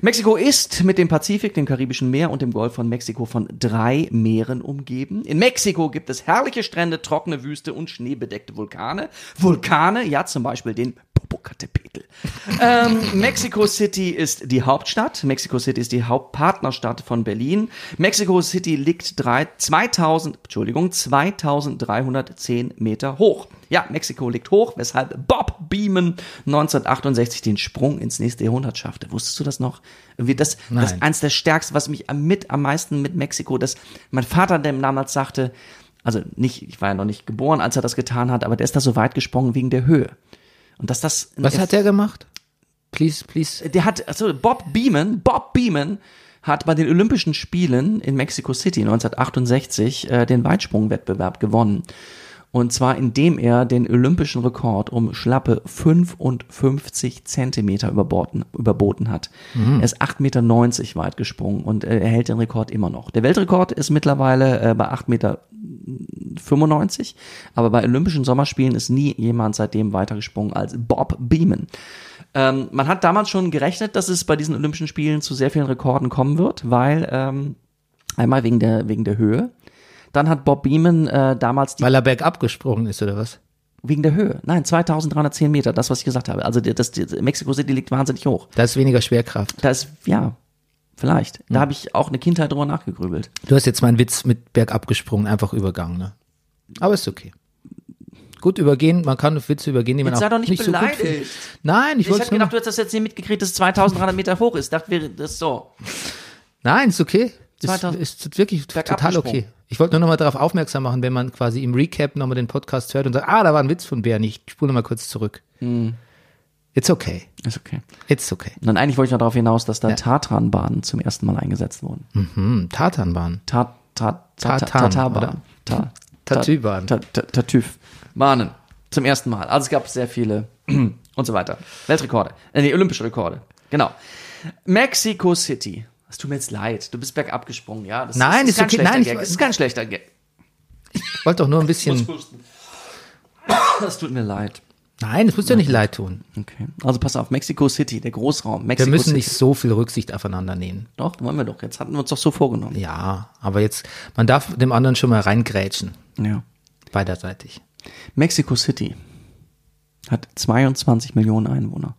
B: Mexiko ist mit dem Pazifik, dem Karibischen Meer und dem Golf von Mexiko von drei Meeren umgeben. In Mexiko gibt es herrliche Strände, trockene Wüste und schneebedeckte Vulkane. Vulkane, ja zum Beispiel den Popocatépetl. ähm, Mexico City ist die Hauptstadt. Mexico City ist die Hauptpartnerstadt von Berlin. Mexico City liegt drei, 2000, Entschuldigung, 2310 Meter hoch. Ja, Mexiko liegt hoch, weshalb Bob Beeman 1968 den Sprung ins nächste Jahrhundert schaffte. Wusstest du das noch? Irgendwie das, das
A: Nein.
B: eins der stärksten, was mich am, mit am meisten mit Mexiko, dass mein Vater dem damals sagte, also nicht, ich war ja noch nicht geboren, als er das getan hat, aber der ist da so weit gesprungen wegen der Höhe. Und dass das
A: Was hat der gemacht? Please, please.
B: der hat, also Bob Beeman, Bob Beeman hat bei den Olympischen Spielen in Mexico City 1968 äh, den Weitsprungwettbewerb gewonnen. Und zwar indem er den olympischen Rekord um schlappe 55 Zentimeter überboten, überboten hat. Er ist 8,90 Meter weit gesprungen und äh, er hält den Rekord immer noch. Der Weltrekord ist mittlerweile äh, bei 8,95 Meter 95, aber bei Olympischen Sommerspielen ist nie jemand seitdem weitergesprungen als Bob Beeman. Ähm, man hat damals schon gerechnet, dass es bei diesen Olympischen Spielen zu sehr vielen Rekorden kommen wird, weil ähm, einmal wegen der, wegen der Höhe. Dann hat Bob Beeman äh, damals die
A: Weil er bergab gesprungen ist, oder was?
B: wegen der Höhe. Nein, 2310 Meter, das, was ich gesagt habe. Also die- das, die, Mexico City liegt wahnsinnig hoch.
A: Da ist weniger Schwerkraft.
B: Da ist, ja, vielleicht. Da habe ich auch eine Kindheit drüber nachgegrübelt.
A: Du hast jetzt meinen Witz mit bergab gesprungen, einfach übergangen, ne? Aber ist okay. Gut übergehen, man kann Witze übergehen, die man
B: Jetzt sei
A: auch
B: doch nicht
A: so gut findet.
B: beleidigt.
A: Nein, ich
B: Ich
A: wollte
B: habe
A: es nur
B: gedacht, du hättest das jetzt nicht mitgekriegt, dass es 2300 Meter hoch ist. Ich dachte, wäre das so.
A: Nein, ist okay. Ist,
B: 2000
A: ist wirklich
B: Bergab
A: total
B: gesprungen.
A: okay. Ich wollte nur nochmal darauf aufmerksam machen, wenn man quasi im Recap nochmal den Podcast hört und sagt, ah, da war ein Witz von Bernie, ich spule nochmal kurz zurück.
B: Hm.
A: It's okay.
B: Ist okay.
A: It's okay.
B: Und dann eigentlich wollte ich noch darauf hinaus, dass da Tartanbahnen zum ersten Mal eingesetzt wurden.
A: Mhm, Tatanbahn.
B: Tat, tat, tat,
A: Tartan,
B: Tatarbahn.
A: oder?
B: Ta- ta-
A: Tatübahn.
B: ta- ta- Tatüf. Bahnen. Zum ersten Mal. Also es gab sehr viele und so weiter. Weltrekorde. Äh, nee, olympische Rekorde. Genau. Mexico City. Es tut mir jetzt leid. Du bist bergab gesprungen, ja. Das
A: Nein,
B: das
A: ist
B: kein
A: okay.
B: schlechter
A: Nein, ich-
B: Gag. Das ist kein schlechter Gag.
A: Ich wollte doch nur ein bisschen.
B: Das tut mir leid.
A: Nein, das muss ja nicht leid tun.
B: Okay. Also pass auf, Mexico City, der Großraum.
A: Wir
B: Mexico
A: müssen
B: City.
A: nicht so viel Rücksicht aufeinander nehmen.
B: Doch, wollen wir doch. Jetzt hatten wir uns doch so vorgenommen.
A: Ja, aber jetzt, man darf dem anderen schon mal reingrätschen.
B: Ja.
A: Beiderseitig.
B: Mexico City hat 22 Millionen Einwohner.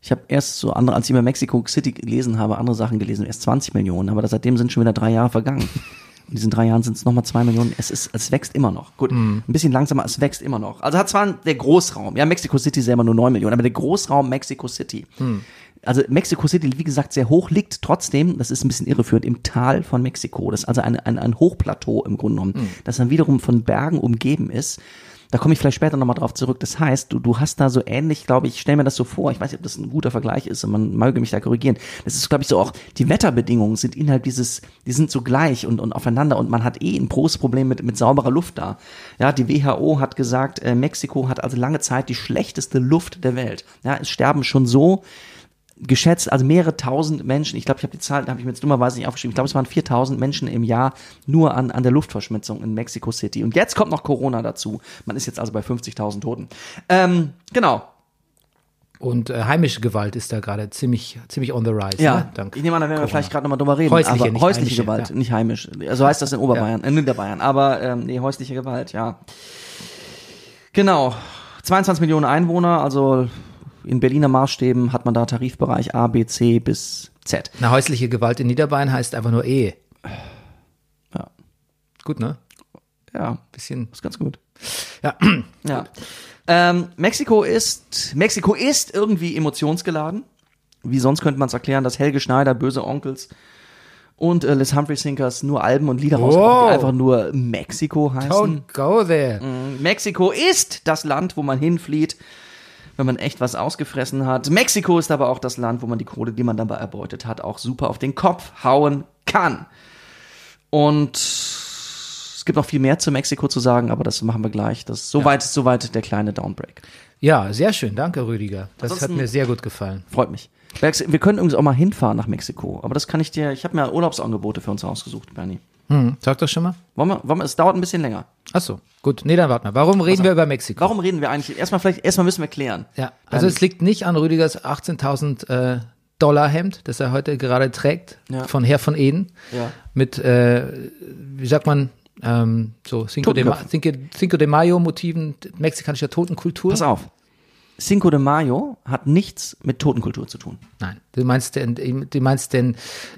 B: Ich habe erst so andere, als ich über Mexico City gelesen habe, andere Sachen gelesen, erst 20 Millionen, aber seitdem sind schon wieder drei Jahre vergangen. In diesen drei Jahren sind es nochmal zwei Millionen. Es, ist, es wächst immer noch. Gut, ein bisschen langsamer, es wächst immer noch. Also hat zwar der Großraum, ja, Mexico City selber nur 9 Millionen, aber der Großraum Mexico City. Also Mexico City, wie gesagt, sehr hoch, liegt trotzdem, das ist ein bisschen irreführend, im Tal von Mexiko. Das ist also ein, ein, ein Hochplateau im Grunde genommen, das dann wiederum von Bergen umgeben ist. Da komme ich vielleicht später nochmal drauf zurück. Das heißt, du, du hast da so ähnlich, glaube ich, ich stell mir das so vor, ich weiß nicht, ob das ein guter Vergleich ist und man möge mich da korrigieren. Das ist, glaube ich, so auch, die Wetterbedingungen sind innerhalb dieses, die sind so gleich und, und aufeinander und man hat eh ein großes Problem mit, mit sauberer Luft da. Ja, die WHO hat gesagt, äh, Mexiko hat also lange Zeit die schlechteste Luft der Welt. Ja, es sterben schon so geschätzt, also mehrere tausend Menschen, ich glaube, ich habe die Zahlen, habe ich mir jetzt dummerweise nicht aufgeschrieben, ich glaube, es waren 4000 Menschen im Jahr nur an, an der Luftverschmutzung in Mexico City. Und jetzt kommt noch Corona dazu. Man ist jetzt also bei 50.000 Toten. Ähm, genau.
A: Und äh, heimische Gewalt ist da gerade ziemlich, ziemlich on the rise.
B: Ja,
A: ne? Dank
B: ich nehme an, da werden wir
A: Corona.
B: vielleicht gerade nochmal drüber reden.
A: Häusliche,
B: aber
A: nicht
B: häusliche
A: heimische,
B: Gewalt,
A: ja.
B: nicht heimisch. Also heißt das in Oberbayern, in Niederbayern. Aber ähm, nee, häusliche Gewalt, ja. Genau. 22 Millionen Einwohner, also in Berliner Maßstäben hat man da Tarifbereich A, B, C bis Z.
A: Na, häusliche Gewalt in Niederbayern heißt einfach nur Ehe.
B: Ja.
A: Gut, ne?
B: Ja,
A: Bisschen.
B: ist ganz gut.
A: Ja.
B: Ja. Ähm, Mexiko ist Mexiko ist irgendwie emotionsgeladen. Wie sonst könnte man es erklären, dass Helge Schneider, Böse Onkels und äh, Les Humphrey Sinkers nur Alben und Lieder rausbringen, die einfach nur Mexiko heißen.
A: Don't go there.
B: Mhm. Mexiko ist das Land, wo man hinflieht, wenn man echt was ausgefressen hat. Mexiko ist aber auch das Land, wo man die Kohle, die man dabei erbeutet hat, auch super auf den Kopf hauen kann. Und es gibt noch viel mehr zu Mexiko zu sagen, aber das machen wir gleich. Das soweit soweit der kleine Downbreak.
A: Ja, sehr schön. Danke, Rüdiger. Das
B: Ansonsten-
A: hat mir sehr gut gefallen.
B: Freut mich. Bergs, Wir können übrigens auch mal hinfahren nach Mexiko, aber das kann ich dir. Ich habe mir Urlaubsangebote für uns ausgesucht, Bernie.
A: Hm, sag das schon mal.
B: Wollen wir, wollen wir, es dauert ein bisschen länger.
A: Ach so, gut. Nee, dann warten wir. Warum reden wir über Mexiko?
B: Warum reden wir eigentlich? Erstmal vielleicht, erstmal müssen wir klären.
A: Ja, also es liegt nicht an Rüdigers 18.000 äh, Dollar Hemd, das er heute gerade trägt,
B: Ja.
A: von Herr von Eden.
B: Ja.
A: Mit, äh, wie sagt man, ähm, so Cinco de, Ma
B: Totenköpfen.
A: Cinco, Cinco de Mayo Motiven mexikanischer Totenkultur.
B: Pass auf. Cinco de Mayo hat nichts mit Totenkultur zu tun.
A: Nein, du meinst den, du meinst den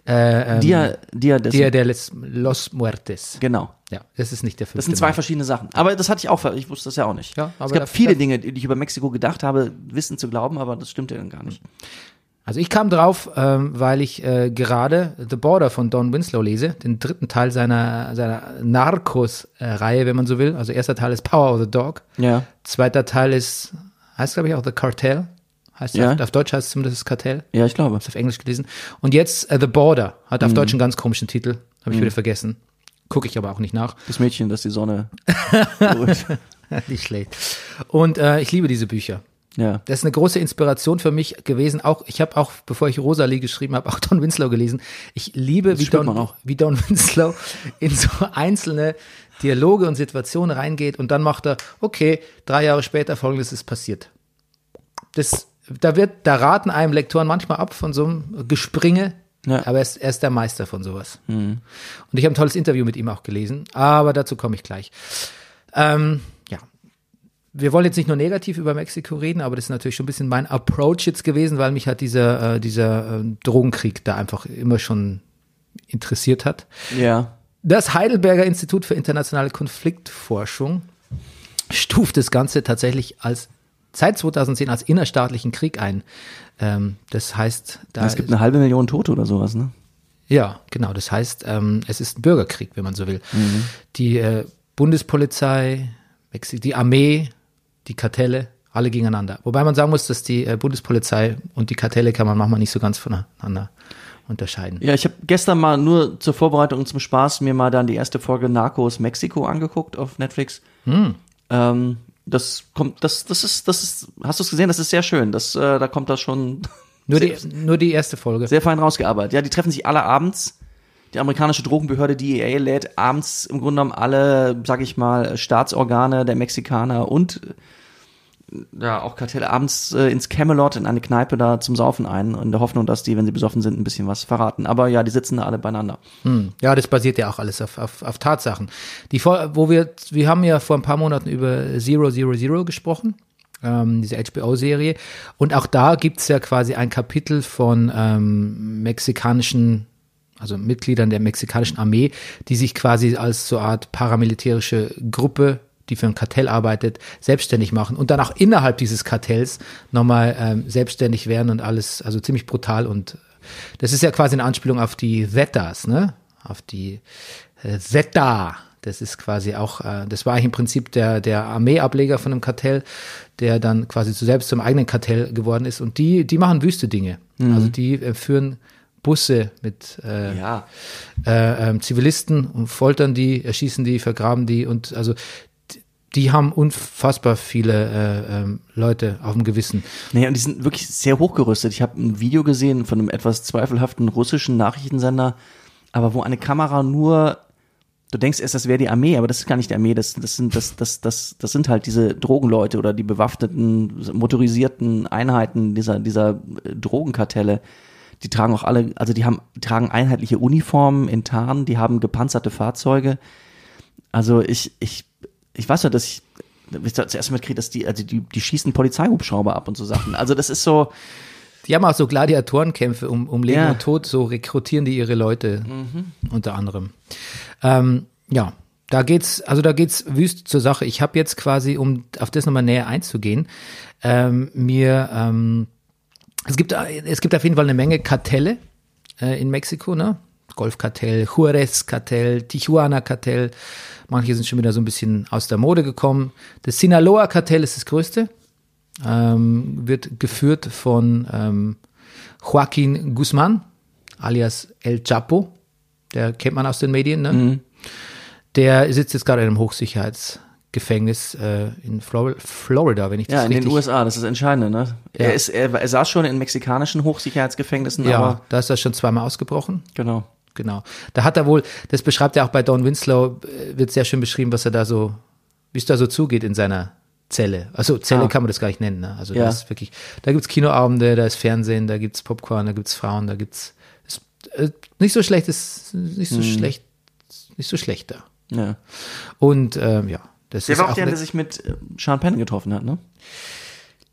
A: äh, ähm,
B: Dia, Dia des.
A: Dia de les, los Muertes.
B: genau.
A: Ja, das ist nicht der fünfte.
B: Das sind zwei
A: Mai.
B: verschiedene Sachen. Aber das hatte ich auch, ver- ich wusste das ja auch nicht.
A: Genau. Ja, aber
B: es gab
A: da-
B: viele
A: da-
B: Dinge, die ich über Mexiko gedacht habe, wissen zu glauben, aber das stimmt ja dann gar nicht.
A: Also ich kam drauf, ähm, weil ich äh, gerade The Border von Don Winslow lese, den dritten Teil seiner, seiner Narcos-Reihe, wenn man so will. Also erster Teil ist Power of the Dog,
B: Ja.
A: zweiter Teil ist, heißt glaube ich auch The Cartel, heißt
B: Ja.
A: auf, auf Deutsch heißt es zumindest das Kartell,
B: Ja, ich glaube.
A: hab's auf Englisch gelesen. Und jetzt äh, The Border, hat
B: Mhm.
A: auf Deutsch einen ganz komischen Titel, habe ich wieder vergessen. Gucke ich aber auch nicht nach.
B: Das Mädchen, das die Sonne.
A: nicht schlecht. Und äh, ich liebe diese Bücher.
B: ja.
A: Das ist eine große Inspiration für mich gewesen. Auch ich habe auch, bevor ich Rosalie geschrieben habe, auch Don Winslow gelesen. Ich liebe, wie
B: spürt man
A: Don,
B: auch.
A: wie Don Winslow in so einzelne Dialoge und Situationen reingeht und dann macht er, okay, drei Jahre später folgendes ist passiert. Das, da wird, da raten einem Lektoren manchmal ab von so einem Gespringe,
B: Ja.
A: aber er ist, er ist der Meister von sowas. Und ich habe ein tolles Interview mit ihm auch gelesen, aber dazu komme ich gleich. Ähm, ja. Wir wollen jetzt nicht nur negativ über Mexiko reden, aber das ist natürlich schon ein bisschen mein Approach jetzt gewesen, weil mich hat dieser, äh, dieser ähm, Drogenkrieg da einfach immer schon interessiert hat.
B: Ja.
A: Das Heidelberger Institut für internationale Konfliktforschung stuft das Ganze tatsächlich als seit 2010 als innerstaatlichen Krieg ein. Ähm, das heißt, da
B: Es gibt eine halbe Million Tote oder sowas, ne?
A: ja, genau. Das heißt, ähm, es ist ein Bürgerkrieg, wenn man so will. Die äh, Bundespolizei, Mexi die Armee, die Kartelle, alle gegeneinander. Wobei man sagen muss, dass die äh, Bundespolizei und die Kartelle kann man manchmal nicht so ganz voneinander unterscheiden.
B: Ja, ich habe gestern mal nur zur Vorbereitung und zum Spaß mir mal dann die erste Folge Narcos Mexiko angeguckt auf Netflix. Ähm, das kommt, das, das ist, das ist, hast du es gesehen? Das ist sehr schön. Das, äh, da kommt das schon
A: Nur, die,
B: sehr,
A: nur die erste Folge.
B: sehr fein rausgearbeitet. Ja, die treffen sich alle abends. Die amerikanische Drogenbehörde DEA lädt abends im Grunde genommen alle, sag ich mal, Staatsorgane der Mexikaner und äh, ja, auch Kartelle abends äh, ins Camelot in eine Kneipe da zum Saufen ein, in der Hoffnung, dass die, wenn sie besoffen sind, ein bisschen was verraten. Aber ja, die sitzen da alle beieinander.
A: Hm. Ja, das basiert ja auch alles auf, auf, auf Tatsachen. Die vor, wo wir, wir haben ja vor ein paar Monaten über Zero Zero Zero gesprochen, ähm, diese HBO-Serie. Und auch da gibt's ja quasi ein Kapitel von ähm, mexikanischen, also Mitgliedern der mexikanischen Armee, die sich quasi als so eine Art paramilitärische Gruppe die für ein Kartell arbeitet, selbstständig machen und dann auch innerhalb dieses Kartells nochmal ähm, selbstständig werden und alles, also ziemlich brutal und das ist ja quasi eine Anspielung auf die Zetas, ne? Auf die äh, Zeta. Das ist quasi auch, äh, das war eigentlich im Prinzip der, der Armeeableger von einem Kartell, der dann quasi zu selbst zum eigenen Kartell geworden ist. Und die, die machen wüste Dinge. Also die äh, führen Busse mit äh,
B: Ja,
A: äh, ähm, Zivilisten und foltern die, erschießen die, vergraben die und also d- die haben unfassbar viele äh, ähm, Leute auf dem Gewissen.
B: naja, und die sind wirklich sehr hochgerüstet. Ich habe ein Video gesehen von einem etwas zweifelhaften russischen Nachrichtensender, aber wo eine Kamera nur, du denkst erst, das wäre die Armee, aber das ist gar nicht die Armee, das, das, sind, das, das, das, das sind halt diese Drogenleute oder die bewaffneten, motorisierten Einheiten dieser, dieser äh, Drogenkartelle. Die tragen auch alle, also die haben, tragen einheitliche Uniformen in Tarn, die haben gepanzerte Fahrzeuge. Also ich, ich, ich weiß ja, dass ich, ich da zuerst mitkriege, dass die, also die, die schießen Polizeihubschrauber ab und so Sachen. Also das ist so,
A: Die haben auch so Gladiatorenkämpfe um, um Leben
B: Ja.
A: und Tod, so rekrutieren die ihre Leute unter anderem. Ähm, ja, da geht's, also da geht's wüst zur Sache. Ich habe jetzt quasi, um auf das nochmal näher einzugehen, ähm, mir ähm, es gibt es gibt auf jeden Fall eine Menge Kartelle äh, in Mexiko, ne? Golfkartell, Juarez-Kartell, Tijuana-Kartell. Manche sind schon wieder so ein bisschen aus der Mode gekommen. Das Sinaloa-Kartell ist das größte ähm, wird geführt von ähm, Joaquin Guzman, alias El Chapo. Der kennt man aus den Medien. Ne?
B: Mhm.
A: Der sitzt jetzt gerade in einem Hochsicherheitsgefängnis äh, in Flor Florida, wenn ich das
B: ja, in
A: richtig
B: den USA, das ist das Entscheidende, ne?
A: Ja.
B: Er, ist, er, er saß schon in mexikanischen Hochsicherheitsgefängnissen,
A: Ja,
B: aber
A: da ist er schon zweimal ausgebrochen.
B: genau.
A: Genau. Da hat er wohl, das beschreibt er auch bei Don Winslow, äh, wird sehr schön beschrieben, was er da so, wie es da so zugeht in seiner Zelle. Also Zelle
B: Ah.
A: kann man das gar nicht nennen. Ne? Also
B: Ja.
A: das ist wirklich, da gibt's Kinoabende, da ist Fernsehen, da gibt's Popcorn, da gibt's Frauen, da gibt's ist, äh, nicht so schlecht, ist nicht
B: Hm.
A: so schlecht, nicht so schlecht da.
B: Ja.
A: Und ähm, ja, das
B: Der
A: ist
B: war auch
A: auch
B: der, der
A: eine-
B: sich mit äh, Sean Penn getroffen hat, ne?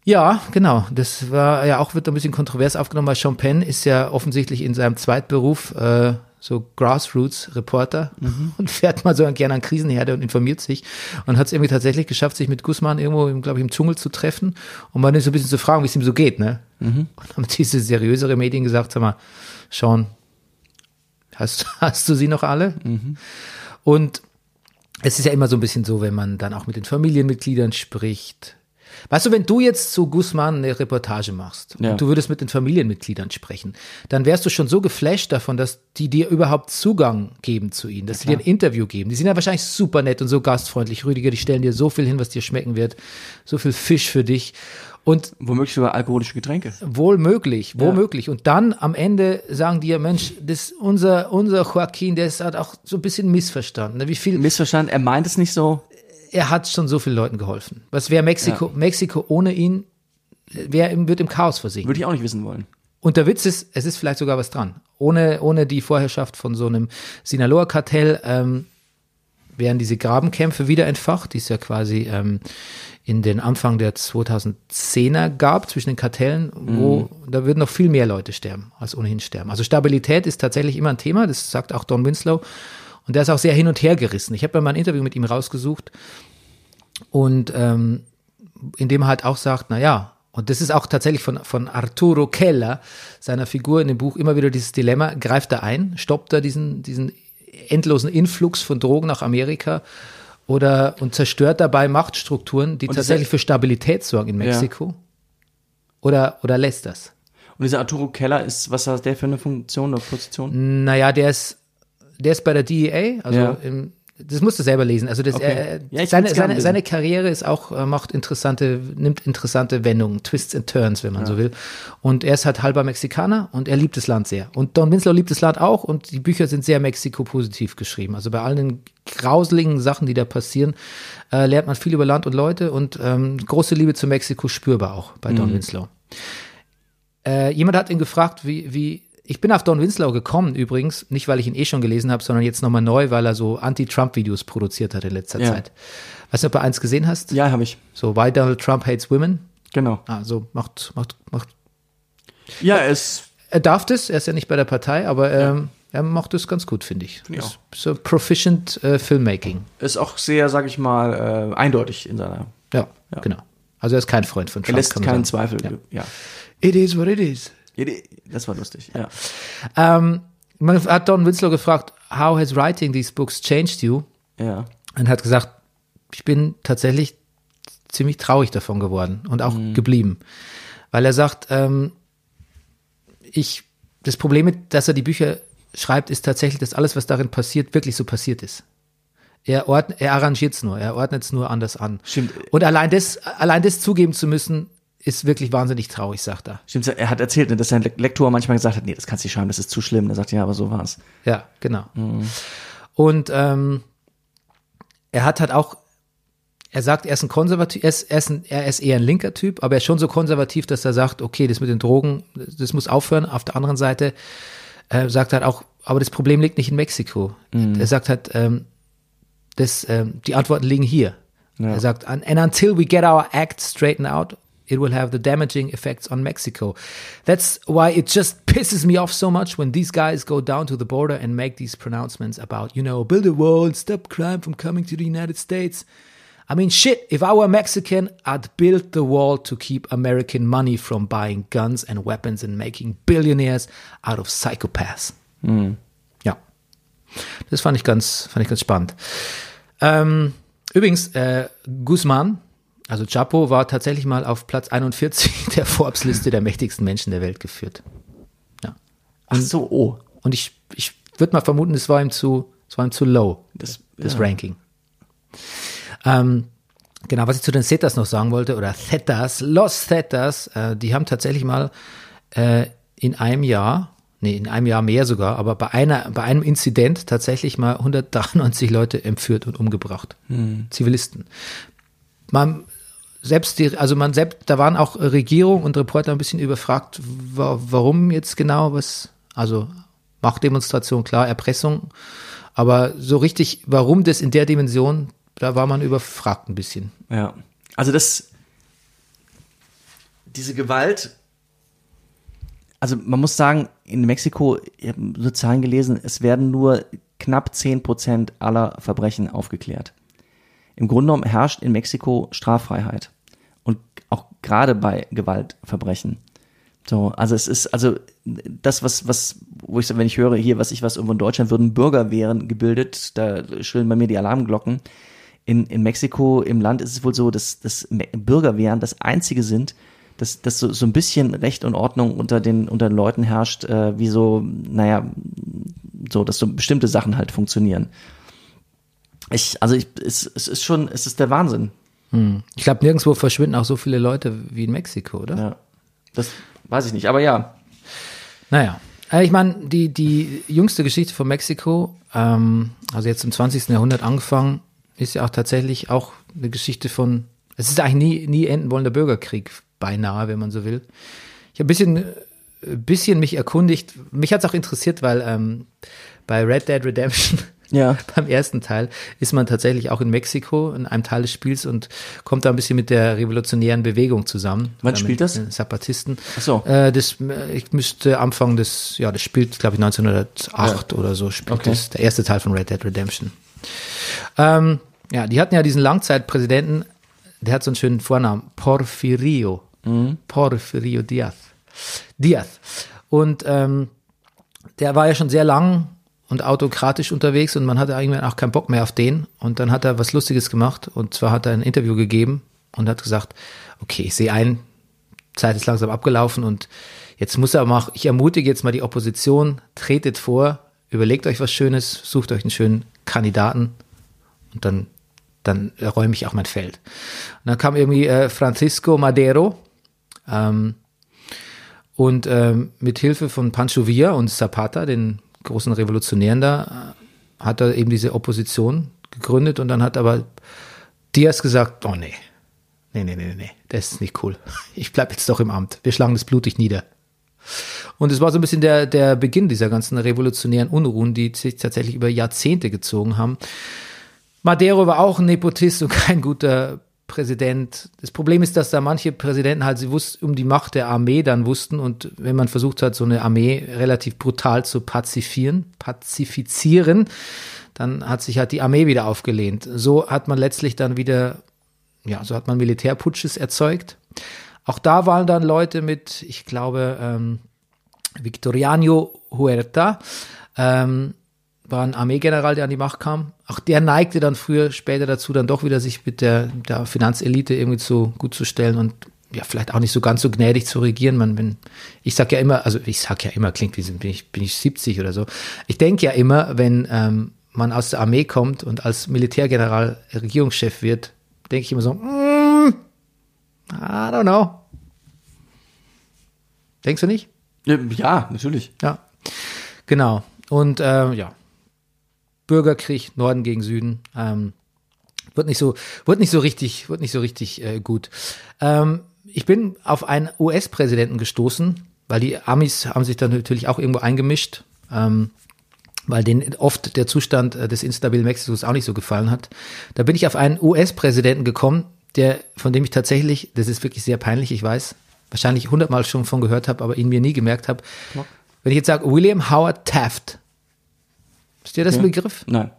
A: Ja, genau. Das war ja auch wird ein bisschen kontrovers aufgenommen, weil Sean Penn ist ja offensichtlich in seinem Zweitberuf äh, so Grassroots-Reporter und fährt mal so gerne an Krisenherde und informiert sich und hat es irgendwie tatsächlich geschafft, sich mit Guzman irgendwo, glaube ich, im Dschungel zu treffen und mal so ein bisschen zu fragen, wie es ihm so geht, ne? Und haben diese seriösere Medien gesagt, sag mal, Sean, hast, hast du sie noch alle? Und es ist ja immer so ein bisschen so, wenn man dann auch mit den Familienmitgliedern spricht. Weißt du, wenn du jetzt zu Guzman eine Reportage machst
B: Ja.
A: und du würdest mit den Familienmitgliedern sprechen, dann wärst du schon so geflasht davon, dass die dir überhaupt Zugang geben zu ihnen, dass sie dir ein Interview geben. Die sind ja wahrscheinlich super nett und so gastfreundlich. Rüdiger, die stellen dir so viel hin, was dir schmecken wird, so viel Fisch für dich. Und
B: Womöglich sogar alkoholische Getränke.
A: Wohl möglich, wohl möglich. Und dann am Ende sagen die ja, Mensch, das unser, unser Joaquin, der ist halt auch so ein bisschen missverstanden. ne? Wie viel,
B: Missverstanden, er meint es nicht so.
A: er hat schon so vielen Leuten geholfen. Was wäre Mexiko, Mexiko ohne ihn, wär, wird im Chaos versinken.
B: Würde ich auch nicht wissen wollen.
A: Und der Witz ist, es ist vielleicht sogar was dran. Ohne, ohne die Vorherrschaft von so einem Sinaloa-Kartell, ähm, wären diese Grabenkämpfe wieder entfacht, die es ja quasi ähm, in den Anfang der 2010er gab zwischen den Kartellen, wo da würden noch viel mehr Leute sterben, als ohnehin sterben. Also Stabilität ist tatsächlich immer ein Thema, das sagt auch Don Winslow. Und der ist auch sehr hin und her gerissen. Ich habe mir mal ein Interview mit ihm rausgesucht und ähm, in dem er halt auch sagt, na ja, und das ist auch tatsächlich von, von Arturo Keller, seiner Figur in dem Buch, immer wieder dieses Dilemma, greift er ein, stoppt er diesen, diesen endlosen Influx von Drogen nach Amerika oder und zerstört dabei Machtstrukturen, die
B: Und das
A: tatsächlich
B: ist-
A: für Stabilität sorgen in Mexiko? Oder, oder lässt das?
B: Und dieser Arturo Keller ist, was hat der für eine Funktion oder Position?
A: Naja, der ist, der ist bei der DEA, also
B: Ja.
A: im, das musst du selber lesen. Also das,
B: Okay.
A: er,
B: Ja, ich
A: seine,
B: will's gern
A: seine,
B: lesen.
A: seine Karriere ist auch, äh, macht interessante, nimmt interessante Wendungen, Twists and Turns, wenn man so will. Und er ist halt halber Mexikaner und er liebt das Land sehr. Und Don Winslow liebt das Land auch und die Bücher sind sehr Mexiko-positiv geschrieben. Also bei allen den grauseligen Sachen, die da passieren, äh, lernt man viel über Land und Leute und ähm, große Liebe zu Mexiko spürbar auch bei
B: Mhm.
A: Don Winslow. Äh, jemand hat ihn gefragt, wie, wie, ich bin auf Don Winslow gekommen übrigens, nicht weil ich ihn eh schon gelesen habe, sondern jetzt nochmal neu, weil er so Anti-Trump-Videos produziert hat in letzter
B: Ja.
A: Zeit. Weißt du, ob du eins gesehen hast?
B: Ja, habe ich.
A: So, Why Donald Trump Hates Women.
B: Genau.
A: Also, macht, macht, macht.
B: Ja, er ist
A: Er darf das, er ist ja nicht bei der Partei, aber ähm, er macht das ganz gut, finde ich.
B: Finde ich
A: Ist So proficient äh, Filmmaking.
B: ist auch sehr, sag ich mal, äh, eindeutig in seiner.
A: Ja, genau. Also, er ist kein Freund von
B: Er
A: Trump.
B: lässt
A: kann man
B: keinen
A: sagen.
B: Zweifel. Ja.
A: It is what it is.
B: Das war lustig. Ja.
A: Ähm, man hat Don Winslow gefragt, how has writing these books changed you?
B: ja.
A: und hat gesagt, ich bin tatsächlich ziemlich traurig davon geworden und auch geblieben. Weil er sagt, ähm, ich, das Problem, mit, dass er die Bücher schreibt, ist tatsächlich, dass alles, was darin passiert, wirklich so passiert ist. Er, ordn- er arrangiert es nur, er ordnet es nur anders an.
B: Stimmt.
A: Und allein das, allein das zugeben zu müssen, ist wirklich wahnsinnig traurig, sagt er.
B: Stimmt, er hat erzählt, ne, dass sein Le- Lektor manchmal gesagt hat, nee, das kannst du nicht schreiben, das ist zu schlimm. Er sagt, ja, aber so war's.
A: Ja, genau. Und ähm, er hat halt auch, er sagt, er ist ein konservativ, er ist, er, ist ein, er ist eher ein linker Typ, aber er ist schon so konservativ, dass er sagt, okay, das mit den Drogen, das das muss aufhören. Auf der anderen Seite äh, sagt halt auch, aber das Problem liegt nicht in Mexiko. Er sagt halt, ähm, das, ähm, die Antworten liegen hier. Er sagt, and and until we get our act straightened out, it will have the damaging effects on Mexico. That's why it just pisses me off so much when these guys go down to the border and make these pronouncements about, you know, build a wall and stop crime from coming to the United States. I mean, shit, if I were Mexican, I'd build the wall to keep American money from buying guns and weapons and making billionaires out of psychopaths. Ja. Das fand ich ganz, fand ich ganz spannend. Ähm, übrigens, äh, Guzman, also Chapo, war tatsächlich mal auf Platz 41 der Forbes-Liste der mächtigsten Menschen der Welt geführt.
B: Ach so, oh.
A: Und ich, ich würde mal vermuten, es war ihm zu, es war ihm zu low,
B: Das-
A: das Ranking. Ähm, genau, was ich zu den Zetas noch sagen wollte, oder Zetas, Los Zetas, äh, die haben tatsächlich mal äh, in einem Jahr, nee, in einem Jahr mehr sogar, aber bei, einer, bei einem Inzident tatsächlich mal 193 Leute entführt und umgebracht. Zivilisten. Man selbst die, also man selbst, da waren auch Regierung und Reporter ein bisschen überfragt, wa warum jetzt genau was, also Machtdemonstration, klar, Erpressung, aber so richtig, warum das in der Dimension, da war man überfragt ein bisschen.
B: Ja. Also das, diese Gewalt, also man muss sagen, in Mexiko, ich habe so Zahlen gelesen, es werden nur knapp 10 Prozent aller Verbrechen aufgeklärt. Im Grunde genommen herrscht in Mexiko Straffreiheit. Und auch gerade bei Gewaltverbrechen. So, also es ist, also das, was, was, wo ich, so- wenn ich höre, hier, was ich was irgendwo in Deutschland würden Bürgerwehren gebildet, da schrillen bei mir die Alarmglocken. In, in Mexiko, im Land ist es wohl so, dass, dass Me- Bürgerwehren das einzige sind, dass, dass so, so ein bisschen Recht und Ordnung unter den, unter den Leuten herrscht, äh, wie so, naja, so, dass so bestimmte Sachen halt funktionieren. Ich, also ich, es, es ist schon, es ist der Wahnsinn.
A: Ich glaube, nirgendwo verschwinden auch so viele Leute wie in Mexiko, oder?
B: Ja. Das weiß ich nicht, aber ja.
A: Naja. Äh, Ich meine, die, die jüngste Geschichte von Mexiko, ähm, also jetzt im 20. Jahrhundert angefangen, ist ja auch tatsächlich auch eine Geschichte von, es ist eigentlich nie, nie enden wollender Bürgerkrieg, beinahe, wenn man so will. Ich habe ein bisschen, äh, bisschen mich erkundigt, mich hat es auch interessiert, weil ähm, bei Red Dead Redemption
B: Ja.
A: beim ersten Teil ist man tatsächlich auch in Mexiko in einem Teil des Spiels und kommt da ein bisschen mit der revolutionären Bewegung zusammen. äh,
B: Wann
A: Oder
B: spielt
A: mit
B: das?
A: den Zapatisten.
B: Ach so.
A: Äh, das äh, ich müsste Anfang des, ja, das spielt, glaube ich, 1908 oder so spielt
B: Okay.
A: das, der erste Teil von Red Dead Redemption. Ähm, ja, die hatten ja diesen Langzeitpräsidenten, der hat so einen schönen Vornamen, Porfirio.
B: Mhm.
A: Porfirio Diaz. Diaz. Und ähm, der war ja schon sehr lang und autokratisch unterwegs und man hatte irgendwann auch keinen Bock mehr auf den. Und dann hat er was Lustiges gemacht und zwar hat er ein Interview gegeben und hat gesagt, okay, ich sehe ein, Zeit ist langsam abgelaufen und jetzt muss er auch, ich ermutige jetzt mal die Opposition, tretet vor, überlegt euch was Schönes, sucht euch einen schönen Kandidaten und dann, dann räume ich auch mein Feld. Und dann kam irgendwie äh, Francisco Madero ähm, und ähm, mit Hilfe von Pancho Villa und Zapata, den großen Revolutionären da, äh, hat er eben diese Opposition gegründet und dann hat aber Diaz gesagt, oh nee, nee, nee, nee, nee, das ist nicht cool. Ich bleib jetzt doch im Amt. Wir schlagen das blutig nieder. Und es war so ein bisschen der, der Beginn dieser ganzen revolutionären Unruhen, die sich tatsächlich über Jahrzehnte gezogen haben. Madero war auch ein Nepotist und kein guter Präsident. Das Problem ist, dass da manche Präsidenten halt sie wussten, um die Macht der Armee dann wussten und wenn man versucht hat, so eine Armee relativ brutal zu pazifieren, pazifizieren, dann hat sich halt die Armee wieder aufgelehnt. So hat man letztlich dann wieder ja, so hat man Militärputsches erzeugt. Auch da waren dann Leute mit, ich glaube, ähm, Victoriano Huerta, ähm, war ein Armeegeneral, der an die Macht kam. Auch der neigte dann früher, später dazu, dann doch wieder sich mit der, der Finanzelite irgendwie zu gut zu stellen und ja, vielleicht auch nicht so ganz so gnädig zu regieren. Man bin, ich sag ja immer, also ich sag ja immer, klingt wie bin ich, bin ich 70 oder so. Ich denke ja immer, wenn ähm, man aus der Armee kommt und als Militärgeneral Regierungschef wird, denke ich immer so, mm, I don't know. Denkst du nicht?
B: Ja, natürlich.
A: Ja, genau. Und ähm, ja, Bürgerkrieg Norden gegen Süden. Ähm, wird nicht so, wird nicht so richtig, wird nicht so richtig äh, gut. Ähm, ich bin auf einen US-Präsidenten gestoßen, weil die Amis haben sich dann natürlich auch irgendwo eingemischt. Ähm, weil denen oft der Zustand äh, des instabilen Mexikos auch nicht so gefallen hat. Da bin ich auf einen US-Präsidenten gekommen, der, von dem ich tatsächlich, das ist wirklich sehr peinlich, ich weiß, wahrscheinlich hundertmal schon von gehört habe, aber ihn mir nie gemerkt habe. Wenn ich jetzt sage, William Howard Taft, ist dir das ein Begriff?
B: Hm? Nein.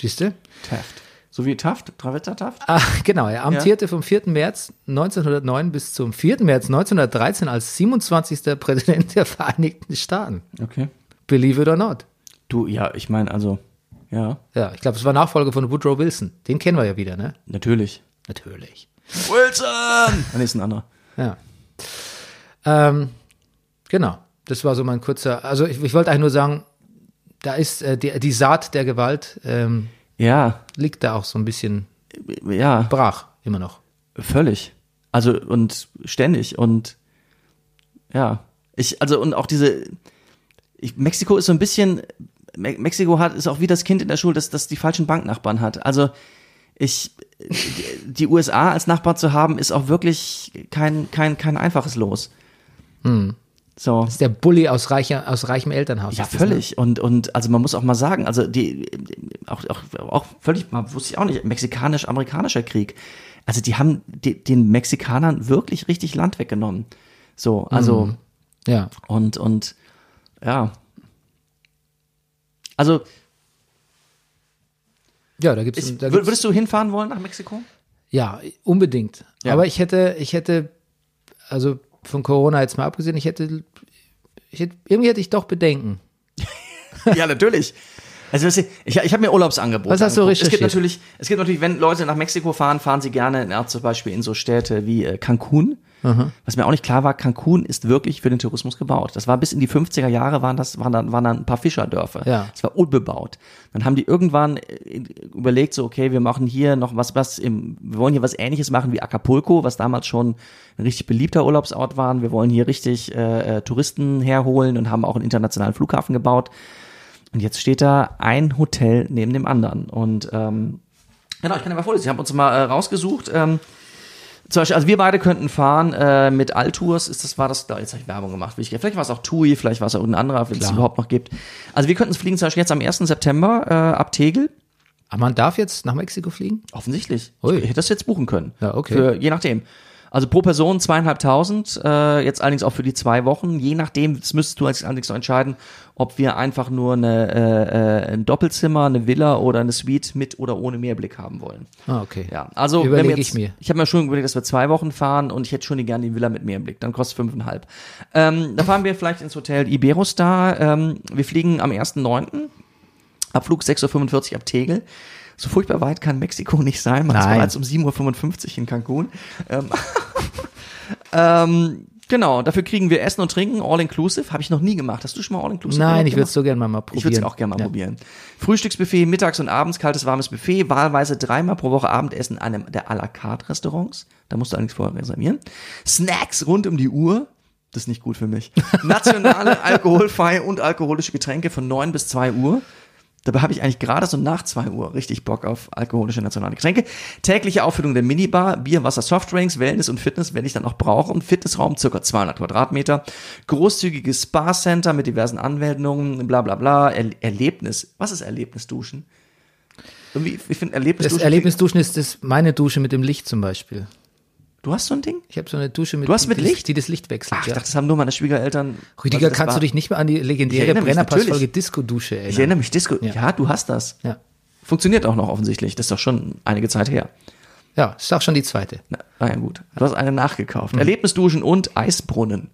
A: Siehst du?
B: Taft. So wie Taft, Travetter Taft?
A: Ah, genau, er amtierte vom 4. März 1909 bis zum 4. März 1913 als 27. Präsident der Vereinigten Staaten.
B: Okay.
A: Believe it or not.
B: Du, ja, ich meine, also, ja,
A: Ja, ich glaube, es war Nachfolger von Woodrow Wilson. Den kennen wir ja wieder, ne?
B: natürlich.
A: Natürlich.
B: Wilson! Dann ist ein anderer.
A: Ja. Ähm, genau. Das war so mein kurzer. Also ich, ich wollte eigentlich nur sagen, da ist äh, die, die Saat der Gewalt ähm,
B: Ja,
A: liegt da auch so ein bisschen
B: ja,
A: brach immer noch.
B: völlig. Also, und ständig und, ja. Ich, also, und auch diese, ich, Mexiko ist so ein bisschen, Me Mexiko hat, ist auch wie das Kind in der Schule, das, das die falschen Banknachbarn hat. Also, ich, die- die USA als Nachbar zu haben, ist auch wirklich kein, kein, kein einfaches Los. Hm. So.
A: Das ist der Bully aus, reicher, aus reichem Elternhaus.
B: Ja,
A: Ist das, ne?
B: völlig. Und, und also man muss auch mal sagen, also die, auch, auch, auch völlig, man wusste ich auch nicht, mexikanisch-amerikanischer Krieg. Also die haben die, den Mexikanern wirklich richtig Land weggenommen. So, also
A: Ne? Ja.
B: und, und ja. Also
A: Ja, da gibt's.
B: ich,
A: da
B: wür-
A: gibt's
B: würdest du hinfahren wollen nach Mexiko?
A: ja, unbedingt.
B: Ja.
A: Aber ich hätte, ich hätte, also von Corona jetzt mal abgesehen, ich hätte, ich hätte irgendwie hätte ich doch Bedenken.
B: ja, natürlich. Also weißt du, ich, ich habe mir Urlaubsangebote.
A: Was hast du
B: angeguckt. Es gibt
A: recherchiert?
B: natürlich, es gibt natürlich, wenn Leute nach Mexiko fahren, fahren sie gerne na, zum Beispiel in so Städte wie äh, Cancun. Was mir auch nicht klar war, Cancun ist wirklich für den Tourismus gebaut. Das war bis in die 50er Jahre waren das waren dann waren dann ein paar Fischerdörfer.
A: Ja.
B: Es war unbebaut. Dann haben die irgendwann äh, überlegt so okay, wir machen hier noch was was im wir wollen hier was ähnliches machen wie Acapulco, was damals schon ein richtig beliebter Urlaubsort war. Wir wollen hier richtig äh, äh, Touristen herholen und haben auch einen internationalen Flughafen gebaut. Und jetzt steht da ein Hotel neben dem anderen. Und ähm, genau, ich kann dir mal vorlesen. Ich habe uns mal äh, rausgesucht. Ähm, zum Beispiel, also wir beide könnten fahren äh, mit Altours. Ist das war das? Da, jetzt habe ich Werbung gemacht. Will ich- Vielleicht war es auch TUI, vielleicht war es auch ein anderer, wenn es überhaupt noch gibt. Also wir könnten fliegen zum Beispiel jetzt am 1. September äh, ab Tegel.
A: Aber man darf jetzt nach Mexiko fliegen?
B: Offensichtlich.
A: Ui.
B: Ich hätte das jetzt buchen können.
A: Ja, okay.
B: Für, je nachdem. Also pro Person zweieinhalbtausend, äh, jetzt allerdings auch für die zwei Wochen. Je nachdem, das müsstest du als- allerdings noch entscheiden, ob wir einfach nur eine, äh, äh, ein Doppelzimmer, eine Villa oder eine Suite mit oder ohne Meerblick haben wollen.
A: Ah, okay.
B: Ja, also wenn wir
A: Überlege
B: jetzt,
A: ich mir.
B: Ich habe mir schon überlegt, dass wir zwei Wochen fahren und ich hätte schon gerne die Villa mit Meerblick. Dann kostet fünfeinhalb. Ähm, da fahren wir vielleicht ins Hotel Iberostar. Ähm, wir fliegen am 1.9. Abflug 6.45 Uhr ab Tegel. So furchtbar weit kann Mexiko nicht sein. Man ist
A: Nein.
B: bereits um 7.55 Uhr in Cancun. Ähm, ähm, genau, dafür kriegen wir Essen und Trinken, all inclusive. Habe ich noch nie gemacht. Hast du schon mal all inclusive
A: Nein,
B: gemacht?
A: ich würde es so gerne mal, mal probieren.
B: Ich würde es auch gerne mal
A: Ja.
B: probieren. Frühstücksbuffet, mittags und abends kaltes, warmes Buffet, wahlweise dreimal pro Woche Abendessen in einem der à la carte Restaurants. Da musst du allerdings vorher reservieren. Snacks rund um die Uhr. Das ist nicht gut für mich. Nationale, alkoholfreie und alkoholische Getränke von 9 bis 2 Uhr. Dabei habe ich eigentlich gerade so nach 2 Uhr richtig Bock auf alkoholische nationale Getränke. Tägliche Auffüllung der Minibar, Bier, Wasser, Softdrinks, Wellness und Fitness, wenn ich dann auch brauche. Und Fitnessraum, circa 200 Quadratmeter. Großzügiges Spa-Center mit diversen Anwendungen, bla bla bla. Er Erlebnis. Was ist Erlebnisduschen? Irgendwie, ich finde
A: Das
B: Erlebnisduschen.
A: Erlebnisduschen ist das meine Dusche mit dem Licht zum Beispiel.
B: du hast so ein Ding?
A: Ich habe so eine Dusche mit,
B: Du hast mit
A: die,
B: Licht?
A: die das Licht wechselt.
B: Ach, ich
A: ja.
B: dachte, das haben nur meine Schwiegereltern.
A: Rüdiger,
B: Also das
A: kannst du
B: war-
A: dich nicht mehr an die legendäre
B: erinnere mich,
A: Brennerpass-Folge
B: natürlich.
A: Disco-Dusche erinnern?
B: Ich erinnere mich, Disco. Ja.
A: Ja.
B: du hast das.
A: Ja.
B: Funktioniert auch noch offensichtlich. Das ist doch schon einige Zeit her.
A: ja, ist auch schon die zweite.
B: Na, na ja, gut. Du hast eine nachgekauft.
A: Mhm.
B: Erlebnisduschen und Eisbrunnen.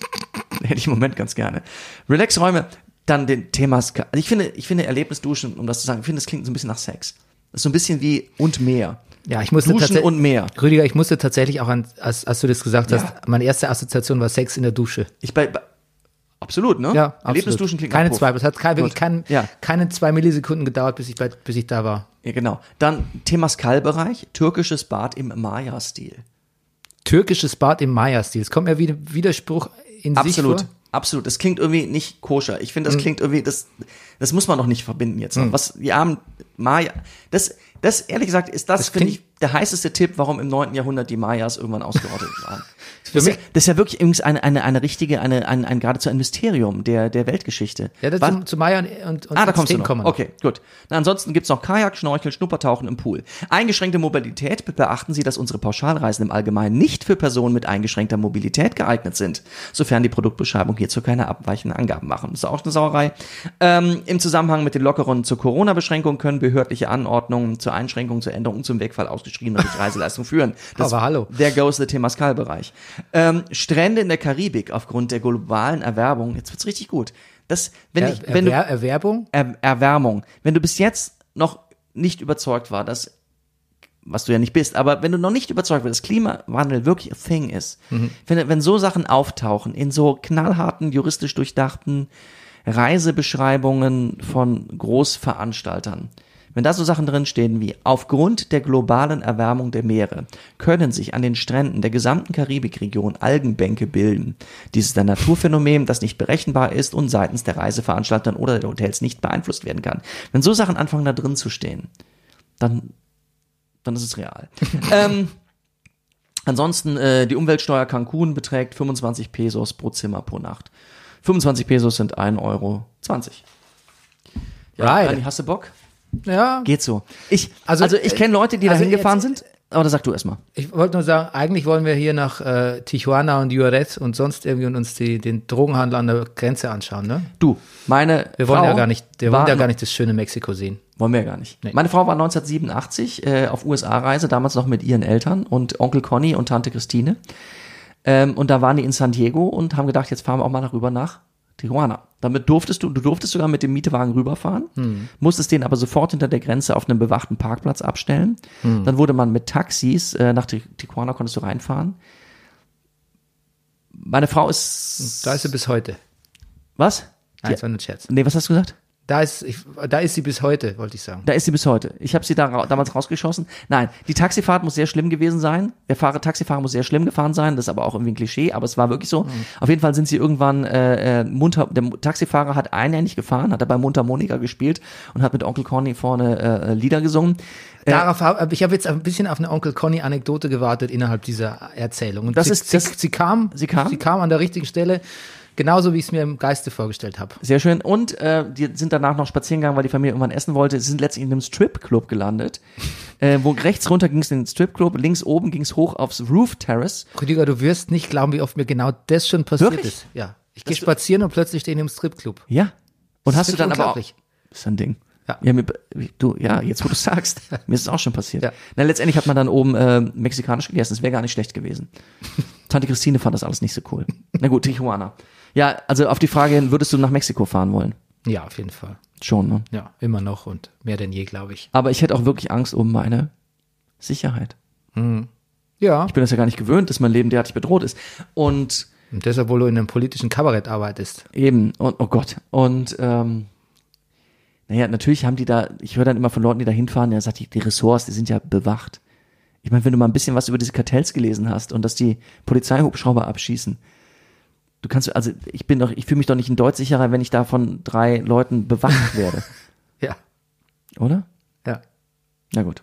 B: Hätte ich im Moment ganz gerne. Relaxräume, dann den Thema Ska. Also ich finde, ich finde Erlebnisduschen, um das zu sagen, ich finde, es klingt so ein bisschen nach Sex. Das ist so ein bisschen wie und mehr.
A: Ja, ich musste
B: Duschen
A: tatsächlich.
B: und mehr.
A: Rüdiger, ich musste tatsächlich auch an, als, als du das gesagt hast,
B: Ja.
A: meine erste Assoziation war Sex in der Dusche.
B: Ich bei, bei absolut, ne?
A: Ja, absolut.
B: Erlebnisduschen klingt nach
A: Keine
B: Puff.
A: zwei, es hat kein, wirklich
B: Gut.
A: keinen,
B: Ja.
A: keine zwei Millisekunden gedauert, bis ich, bei, bis ich da war.
B: Ja, genau. Dann Temascal-Bereich, türkisches Bad im Maya-Stil.
A: Türkisches Bad im Maya-Stil. Es kommt mir wie ein Widerspruch in
B: Absolut.
A: sich vor. Mhm.
B: Absolut. Das klingt irgendwie nicht koscher. Ich finde, das klingt irgendwie, das, das muss man doch nicht verbinden jetzt. noch. Was, die armen Maya, das, das, ehrlich gesagt, ist das,
A: Das
B: finde
A: klingt-
B: ich, der heißeste Tipp, warum im 9. Jahrhundert die Mayas irgendwann ausgerottet waren.
A: Für
B: das,
A: mich,
B: ist ja, das ist ja wirklich übrigens eine, eine, eine richtige, eine, ein, ein, geradezu ein Mysterium der, der Weltgeschichte.
A: ja, das
B: Was-
A: zum, zu Meier und, und
B: Ah, da
A: ins
B: kommst du
A: Team
B: noch.
A: kommen.
B: Okay, gut. Na, ansonsten gibt's noch Kajak, Schnorcheln, Schnuppertauchen im Pool. Eingeschränkte Mobilität. Bitte beachten Sie, dass unsere Pauschalreisen im Allgemeinen nicht für Personen mit eingeschränkter Mobilität geeignet sind, sofern die Produktbeschreibung hierzu keine abweichenden Angaben machen. Das ist auch eine Sauerei. Ähm, Im Zusammenhang mit den Lockerungen zur Corona-Beschränkung können behördliche Anordnungen zur Einschränkung, zur Änderung, zum Wegfall ausgeschriebener Reiseleistung führen.
A: Aber hallo.
B: There goes the Temascal-Bereich. Ähm, Strände in der Karibik aufgrund der globalen Erwerbung. Jetzt wird's richtig gut. Das, wenn
A: Er,
B: ich, wenn du,
A: Erwer, Erwerbung?
B: er Erwärmung. Wenn du bis jetzt noch nicht überzeugt war, dass, was du ja nicht bist, aber wenn du noch nicht überzeugt warst, dass Klimawandel wirklich a thing ist, wenn, wenn so Sachen auftauchen in so knallharten, juristisch durchdachten Reisebeschreibungen von Großveranstaltern, wenn da so Sachen drinstehen wie aufgrund der globalen Erwärmung der Meere können sich an den Stränden der gesamten Karibikregion Algenbänke bilden. Dies ist ein Naturphänomen, das nicht berechenbar ist und seitens der Reiseveranstaltern oder der Hotels nicht beeinflusst werden kann. Wenn so Sachen anfangen da drin zu stehen, dann, dann ist es real. ähm, ansonsten, äh, die Umweltsteuer Cancun beträgt 25 Pesos pro Zimmer pro Nacht. 25 Pesos sind 1,20 Euro. Ja,
A: Right.
B: Dani, hast du Bock?
A: Ja,
B: Geht so. Ich,
A: Also,
B: also, ich kenne Leute, die
A: also
B: dahin gefahren
A: jetzt-
B: sind, aber da sag du erstmal.
A: ich wollte nur sagen, eigentlich wollen wir hier nach äh, Tijuana und Juarez und sonst irgendwie und uns die, den Drogenhandel an der Grenze anschauen, ne?
B: Du, meine
A: Wir wollen
B: Frau
A: ja gar nicht, wir
B: war,
A: wollen ja gar nicht das schöne Mexiko sehen.
B: Wollen wir ja gar nicht. Meine Frau war 1987 äh, auf USA-Reise, damals noch mit ihren Eltern und Onkel Conny und Tante Christine. Ähm, und da waren die in San Diego und haben gedacht, jetzt fahren wir auch mal darüber nach Tijuana. Damit durftest du, du durftest sogar mit dem Mietwagen rüberfahren, musstest den aber sofort hinter der Grenze auf einem bewachten Parkplatz abstellen. Dann wurde man mit Taxis, äh, nach Ti- Tijuana konntest du reinfahren. Meine Frau ist.
A: Da ist sie bis heute.
B: Was?
A: Nein, das war nur ein Scherz.
B: Nee, was hast du gesagt?
A: Da ist, ich, da ist sie bis heute, wollte ich sagen.
B: Da ist sie bis heute. Ich habe sie da ra damals rausgeschossen. Nein, die Taxifahrt muss sehr schlimm gewesen sein. Der Fahrer, Taxifahrer muss sehr schlimm gefahren sein. Das ist aber auch irgendwie ein Klischee, aber es war wirklich so. Auf jeden Fall sind sie irgendwann äh, äh, munter. Der Mu- Taxifahrer hat einhändig gefahren, hat dabei Mundharmonika gespielt und hat mit Onkel Conny vorne äh, äh, Lieder gesungen. Äh,
A: Darauf hab, ich habe jetzt ein bisschen auf eine Onkel Conny Anekdote gewartet innerhalb dieser Erzählung. Und
B: Das
A: sie,
B: ist-
A: sie,
B: das-
A: sie kam,
B: sie kam?
A: sie kam an der richtigen Stelle, genauso wie ich es mir im Geiste vorgestellt habe.
B: Sehr schön. Und äh, die sind danach noch spazieren gegangen, weil die Familie irgendwann essen wollte. Sie sind letztlich in einem Stripclub gelandet. äh, wo rechts runter ging es in den Stripclub, links oben ging es hoch aufs Roof Terrace.
A: Rüdiger, du wirst nicht glauben, wie oft mir genau das schon passiert
B: Wirklich?
A: ist. Ja. Ich gehe spazieren und plötzlich stehe ich im Stripclub.
B: Ja. Und hast du
A: wirklich
B: dann aber auch,
A: unglaublich.
B: ist ein Ding.
A: Ja.
B: mir, du, ja, jetzt wo du sagst, mir ist es auch schon passiert.
A: Ja.
B: Na, letztendlich hat man dann oben äh, mexikanisch gegessen, das wäre gar nicht schlecht gewesen. Tante Christine fand das alles nicht so cool. Na gut, Tijuana. Ja, also auf die Frage hin, würdest du nach Mexiko fahren wollen?
A: Ja, auf jeden Fall.
B: Schon, ne?
A: Ja, immer noch und mehr denn je, glaube ich.
B: Aber ich hätte auch wirklich Angst um meine Sicherheit.
A: Ja,
B: Ich bin das ja gar nicht gewöhnt, dass mein Leben derartig bedroht ist. Und
A: und deshalb, obwohl du in einem politischen Kabarett arbeitest.
B: Eben, und oh Gott. Und ähm, naja, natürlich haben die da, ich höre dann immer von Leuten, die da hinfahren, der sagt, die, die Ressorts, die sind ja bewacht. Ich meine, wenn du mal ein bisschen was über diese Kartells gelesen hast und dass die Polizeihubschrauber abschießen, du kannst, also ich bin doch, ich fühle mich doch nicht in Deutsch sicherer, wenn ich da von drei Leuten bewacht werde,
A: Ja,
B: oder?
A: ja.
B: Na gut.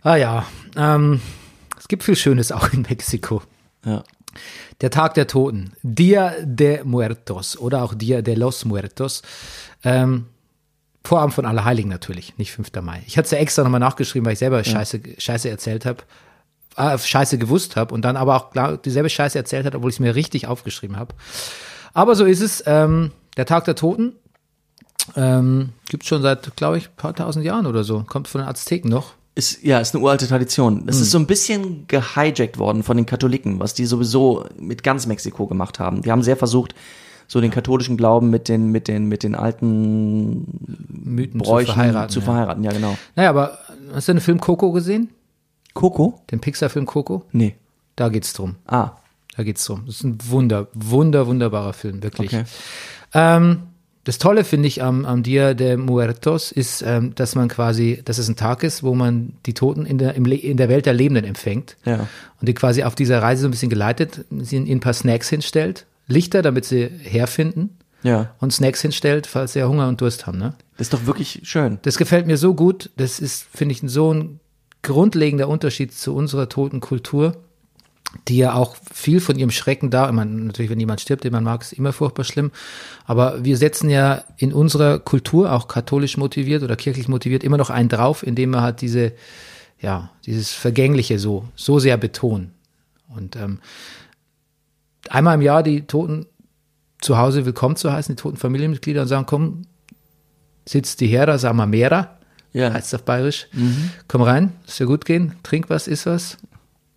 A: Ah ja, ähm, es gibt viel Schönes auch in Mexiko.
B: Ja.
A: Der Tag der Toten, Dia de Muertos oder auch Dia de los Muertos. Ähm, Vorabend von Allerheiligen natürlich, nicht 5. Mai. Ich hatte es ja extra nochmal nachgeschrieben, weil ich selber Scheiße, Scheiße erzählt habe, äh, Scheiße gewusst habe und dann aber auch klar dieselbe Scheiße erzählt hat, obwohl ich es mir richtig aufgeschrieben habe. Aber so ist es. Ähm, der Tag der Toten ähm, gibt schon seit, glaube ich, ein paar tausend Jahren oder so. Kommt von den Azteken noch.
B: Ist, ja, ist eine uralte Tradition. Das ist so ein bisschen gehijackt worden von den Katholiken, was die sowieso mit ganz Mexiko gemacht haben. Die haben sehr versucht, so den katholischen Glauben mit den, mit den, mit den alten
A: Mythen
B: Bräuchen
A: zu verheiraten.
B: zu
A: ja.
B: verheiraten, ja. genau.
A: Naja, aber hast du den Film Coco gesehen?
B: Coco?
A: Den Pixar-Film Coco?
B: Nee.
A: Da geht's drum.
B: Ah,
A: Da geht's drum. Das ist ein wunder, wunder, wunderbarer Film, wirklich.
B: okay.
A: Ähm, das Tolle finde ich am, am Dia de Muertos ist, ähm, dass man quasi, dass es ein Tag ist, wo man die Toten in der, im Le in der Welt der Lebenden empfängt.
B: Ja.
A: Und die quasi auf dieser Reise so ein bisschen geleitet, sie ihnen ein paar Snacks hinstellt, Lichter, damit sie herfinden
B: Ja.
A: und Snacks hinstellt, falls sie ja Hunger und Durst haben. Ne?
B: Das ist doch wirklich schön.
A: Das gefällt mir so gut. Das ist, finde ich, so ein grundlegender Unterschied zu unserer toten Kultur, die ja auch viel von ihrem Schrecken da, ich meine, natürlich, wenn jemand stirbt, den man mag, ist immer furchtbar schlimm, aber wir setzen ja in unserer Kultur, auch katholisch motiviert oder kirchlich motiviert, immer noch einen drauf, indem wir halt diese, ja, dieses Vergängliche so, so sehr betonen. Und ähm, einmal im Jahr die Toten zu Hause willkommen zu heißen, die toten Familienmitglieder und sagen, komm, sitzt die Hera, sag mal Mera,
B: Ja.
A: heißt es auf Bayerisch, komm rein, es dir gut gehen, trink was, iss was.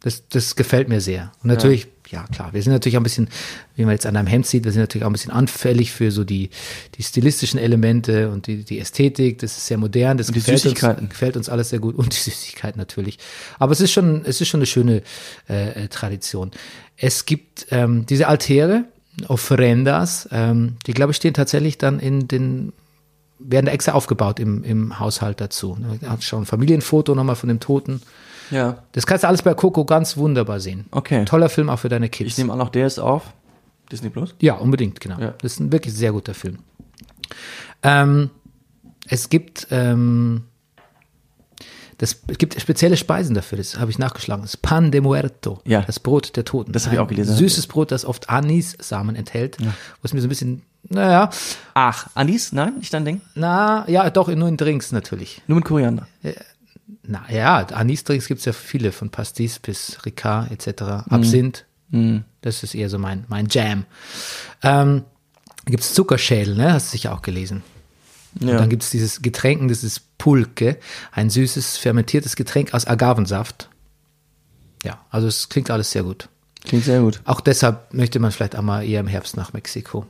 A: Das, das gefällt mir sehr. Und natürlich, ja. klar, wir sind natürlich auch ein bisschen, wie man jetzt an deinem Hemd sieht, wir sind natürlich auch ein bisschen anfällig für so die, die stilistischen Elemente und die, die Ästhetik, das ist sehr modern, das
B: die
A: gefällt uns,
B: Süßigkeiten.
A: gefällt uns alles sehr gut und die Süßigkeit natürlich. Aber es ist schon, es ist schon eine schöne äh, äh, Tradition. Es gibt ähm, diese Altäre, Ofrendas, ähm, die glaube ich stehen tatsächlich dann in den werden da extra aufgebaut im, im Haushalt dazu. Ne? Da hat schon ein Familienfoto nochmal von dem Toten.
B: Ja.
A: Das kannst du alles bei Coco ganz wunderbar sehen.
B: Okay.
A: Toller Film auch für deine
B: Ich
A: Kids.
B: nehme an, auch der ist auf. Disney Plus?
A: Ja, unbedingt, genau.
B: Ja.
A: Das ist ein wirklich sehr guter Film. Ähm, es gibt ähm, das, es gibt spezielle Speisen dafür, das habe ich nachgeschlagen. Das Pan de Muerto,
B: Ja.
A: das Brot der Toten.
B: Das habe ich
A: Ein
B: auch gelesen.
A: Süßes Brot, das oft Anissamen enthält, wo es mir so ein bisschen, naja,
B: Ach, Anis? Nein, nicht dein Ding?
A: na, ja, doch, nur in Drinks natürlich.
B: Nur mit Koriander.
A: Na ja, Anisdrinks gibt's ja viele, von Pastis bis Ricard etc. Absinth, das ist eher so mein, mein Jam. Ähm, gibt's Zuckerschädel, ne? hast du sicher auch gelesen. Und
B: Ja.
A: dann gibt's dieses Getränk, das ist Pulque, ein süßes, fermentiertes Getränk aus Agavensaft. Ja, also es klingt alles sehr gut.
B: Klingt sehr gut.
A: Auch deshalb möchte man vielleicht einmal eher im Herbst nach Mexiko.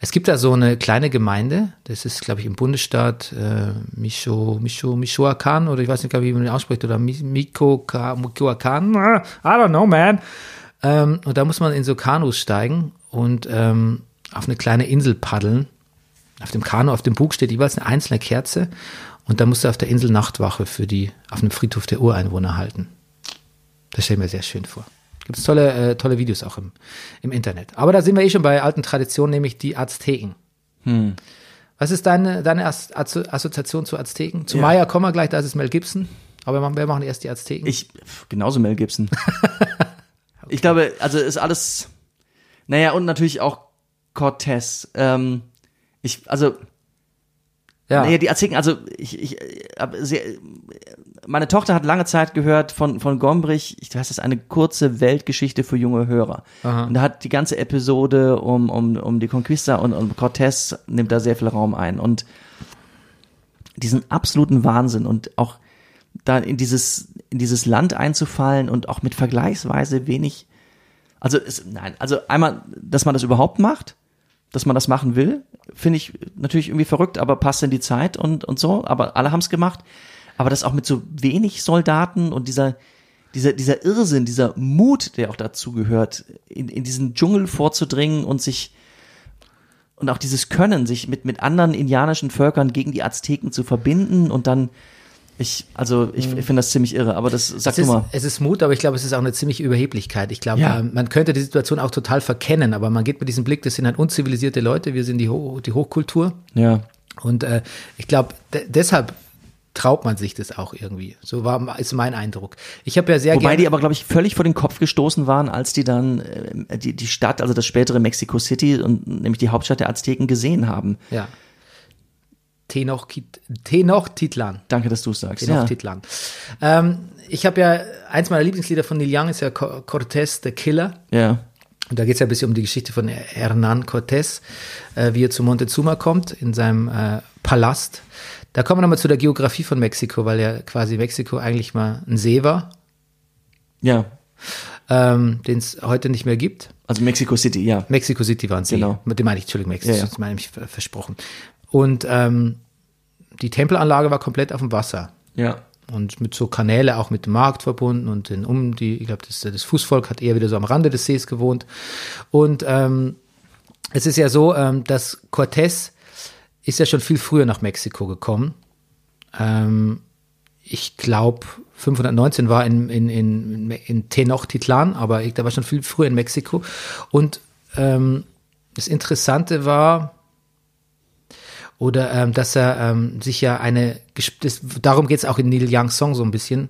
A: Es gibt da so eine kleine Gemeinde, das ist, glaube ich, im Bundesstaat äh, Micho, Micho, Michoacan oder ich weiß nicht, glaub ich, wie man den ausspricht, oder Mi- Miko, Ka- Michoacan, äh, I don't know, man. Ähm, und da muss man in so Kanus steigen und ähm, auf eine kleine Insel paddeln. Auf dem Kanu, auf dem Bug steht jeweils eine einzelne Kerze und da musst du auf der Insel Nachtwache für die, auf einem Friedhof der Ureinwohner halten. Das stelle ich mir sehr schön vor. Gibt es tolle, äh, tolle Videos auch im, im Internet. Aber da sind wir eh schon bei alten Traditionen, nämlich die Azteken.
B: Hm.
A: Was ist deine, deine As Asso- Assoziation zu Azteken? Zu
B: Ja.
A: Maya kommen wir gleich, da ist es Mel Gibson. Aber wir machen, wir machen erst die Azteken.
B: Ich, pf, genauso Mel Gibson. Ich glaube, also ist alles, naja, und natürlich auch Cortez. Ähm, ich, also,
A: ja.
B: naja, die Azteken, also, ich, ich, äh, hab sehr, meine Tochter hat lange Zeit gehört von, von Gombrich, ich weiß das, eine kurze Weltgeschichte für junge Hörer. Und da hat die ganze Episode um, um, um die Conquista und um Cortés nimmt da sehr viel Raum ein. Und diesen absoluten Wahnsinn und auch da in dieses, in dieses Land einzufallen und auch mit vergleichsweise wenig, also es, nein, also einmal, dass man das überhaupt macht, dass man das machen will, finde ich natürlich irgendwie verrückt, aber passt in die Zeit und, und so, aber alle haben es gemacht. Aber das auch mit so wenig Soldaten und dieser, dieser, dieser Irrsinn, dieser Mut, der auch dazu gehört, in, in diesen Dschungel vorzudringen und sich und auch dieses Können, sich mit, mit anderen indianischen Völkern gegen die Azteken zu verbinden und dann, ich, also ich, ich finde das ziemlich irre, aber das sag
A: es,
B: du
A: ist,
B: mal.
A: es ist Mut, aber ich glaube, es ist auch eine ziemliche Überheblichkeit. Ich glaube,
B: Ja.
A: ähm, man könnte die Situation auch total verkennen, aber man geht mit diesem Blick, das sind halt unzivilisierte Leute, wir sind die, Ho die Hochkultur.
B: Ja.
A: Und äh, ich glaube, de deshalb traut man sich das auch irgendwie. So war, ist mein Eindruck. Ich habe ja sehr
B: Wobei
A: gerne-
B: die aber, glaube ich, völlig vor den Kopf gestoßen waren, als die dann äh, die, die Stadt, also das spätere Mexico City und nämlich die Hauptstadt der Azteken gesehen haben.
A: Ja. Tenochtit- Tenochtitlan.
B: Danke, dass du es sagst. Ja.
A: Tenochtitlan. Ähm, ich habe ja, eins meiner Lieblingslieder von Neil Young ist ja Co- Cortés, The Killer.
B: ja.
A: Und da geht es ja ein bisschen um die Geschichte von Hernán Cortés, äh, wie er zu Montezuma kommt, in seinem äh, Palast. Da kommen wir nochmal zu der Geografie von Mexiko, weil ja quasi Mexiko eigentlich mal ein See war,
B: Ja.
A: ähm, den es heute nicht mehr gibt.
B: Also Mexico City, ja.
A: Mexico City waren sie.
B: Genau.
A: Mit dem meine ich, Entschuldigung, Mexiko,
B: Ja, ja.
A: das meine ich ver- versprochen. Und ähm, die Tempelanlage war komplett auf dem Wasser.
B: Ja.
A: Und mit so Kanäle auch mit dem Markt verbunden und den um die, ich glaube, das, das Fußvolk hat eher wieder so am Rande des Sees gewohnt. Und ähm, es ist ja so, ähm, dass Cortés ist ja schon viel früher nach Mexiko gekommen. Ähm, ich glaube, 519 war in, in, in, in Tenochtitlan, aber ich, da war schon viel früher in Mexiko. Und ähm, das Interessante war, Oder ähm, dass er ähm, sich ja eine, gesp- das, darum geht's auch in Neil Youngs Song so ein bisschen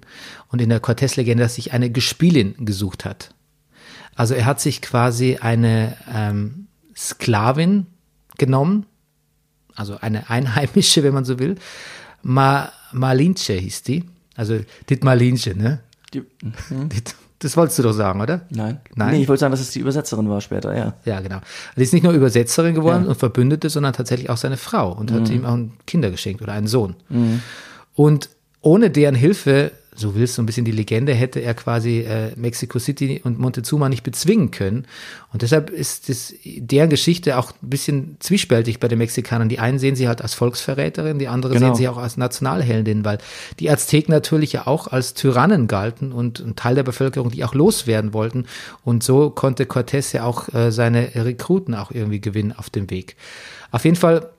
A: und in der Cortez-Legende, dass sich eine Gespielin gesucht hat. Also er hat sich quasi eine ähm, Sklavin genommen, also eine Einheimische, wenn man so will. Ma Malinche hieß die. Also dit Malinche, ne?
B: Die,
A: Dit, das wolltest du doch sagen, oder?
B: nein.
A: Nein.
B: Nee, ich wollte sagen, dass es die Übersetzerin war später, ja.
A: Ja, genau. Sie ist nicht nur Übersetzerin geworden und Verbündete, sondern tatsächlich auch seine Frau und hat ihm auch Kinder geschenkt oder einen Sohn. Und ohne deren Hilfe, so willst du ein bisschen die Legende, hätte er quasi äh, Mexico City und Montezuma nicht bezwingen können. Und deshalb ist das, deren Geschichte auch ein bisschen zwiespältig bei den Mexikanern. Die einen sehen sie halt als Volksverräterin, die anderen
B: Genau.
A: sehen sie auch als Nationalheldin, weil die Azteken natürlich ja auch als Tyrannen galten und ein Teil der Bevölkerung, die auch loswerden wollten. Und so konnte Cortés ja auch äh, seine Rekruten auch irgendwie gewinnen auf dem Weg. Auf jeden Fall,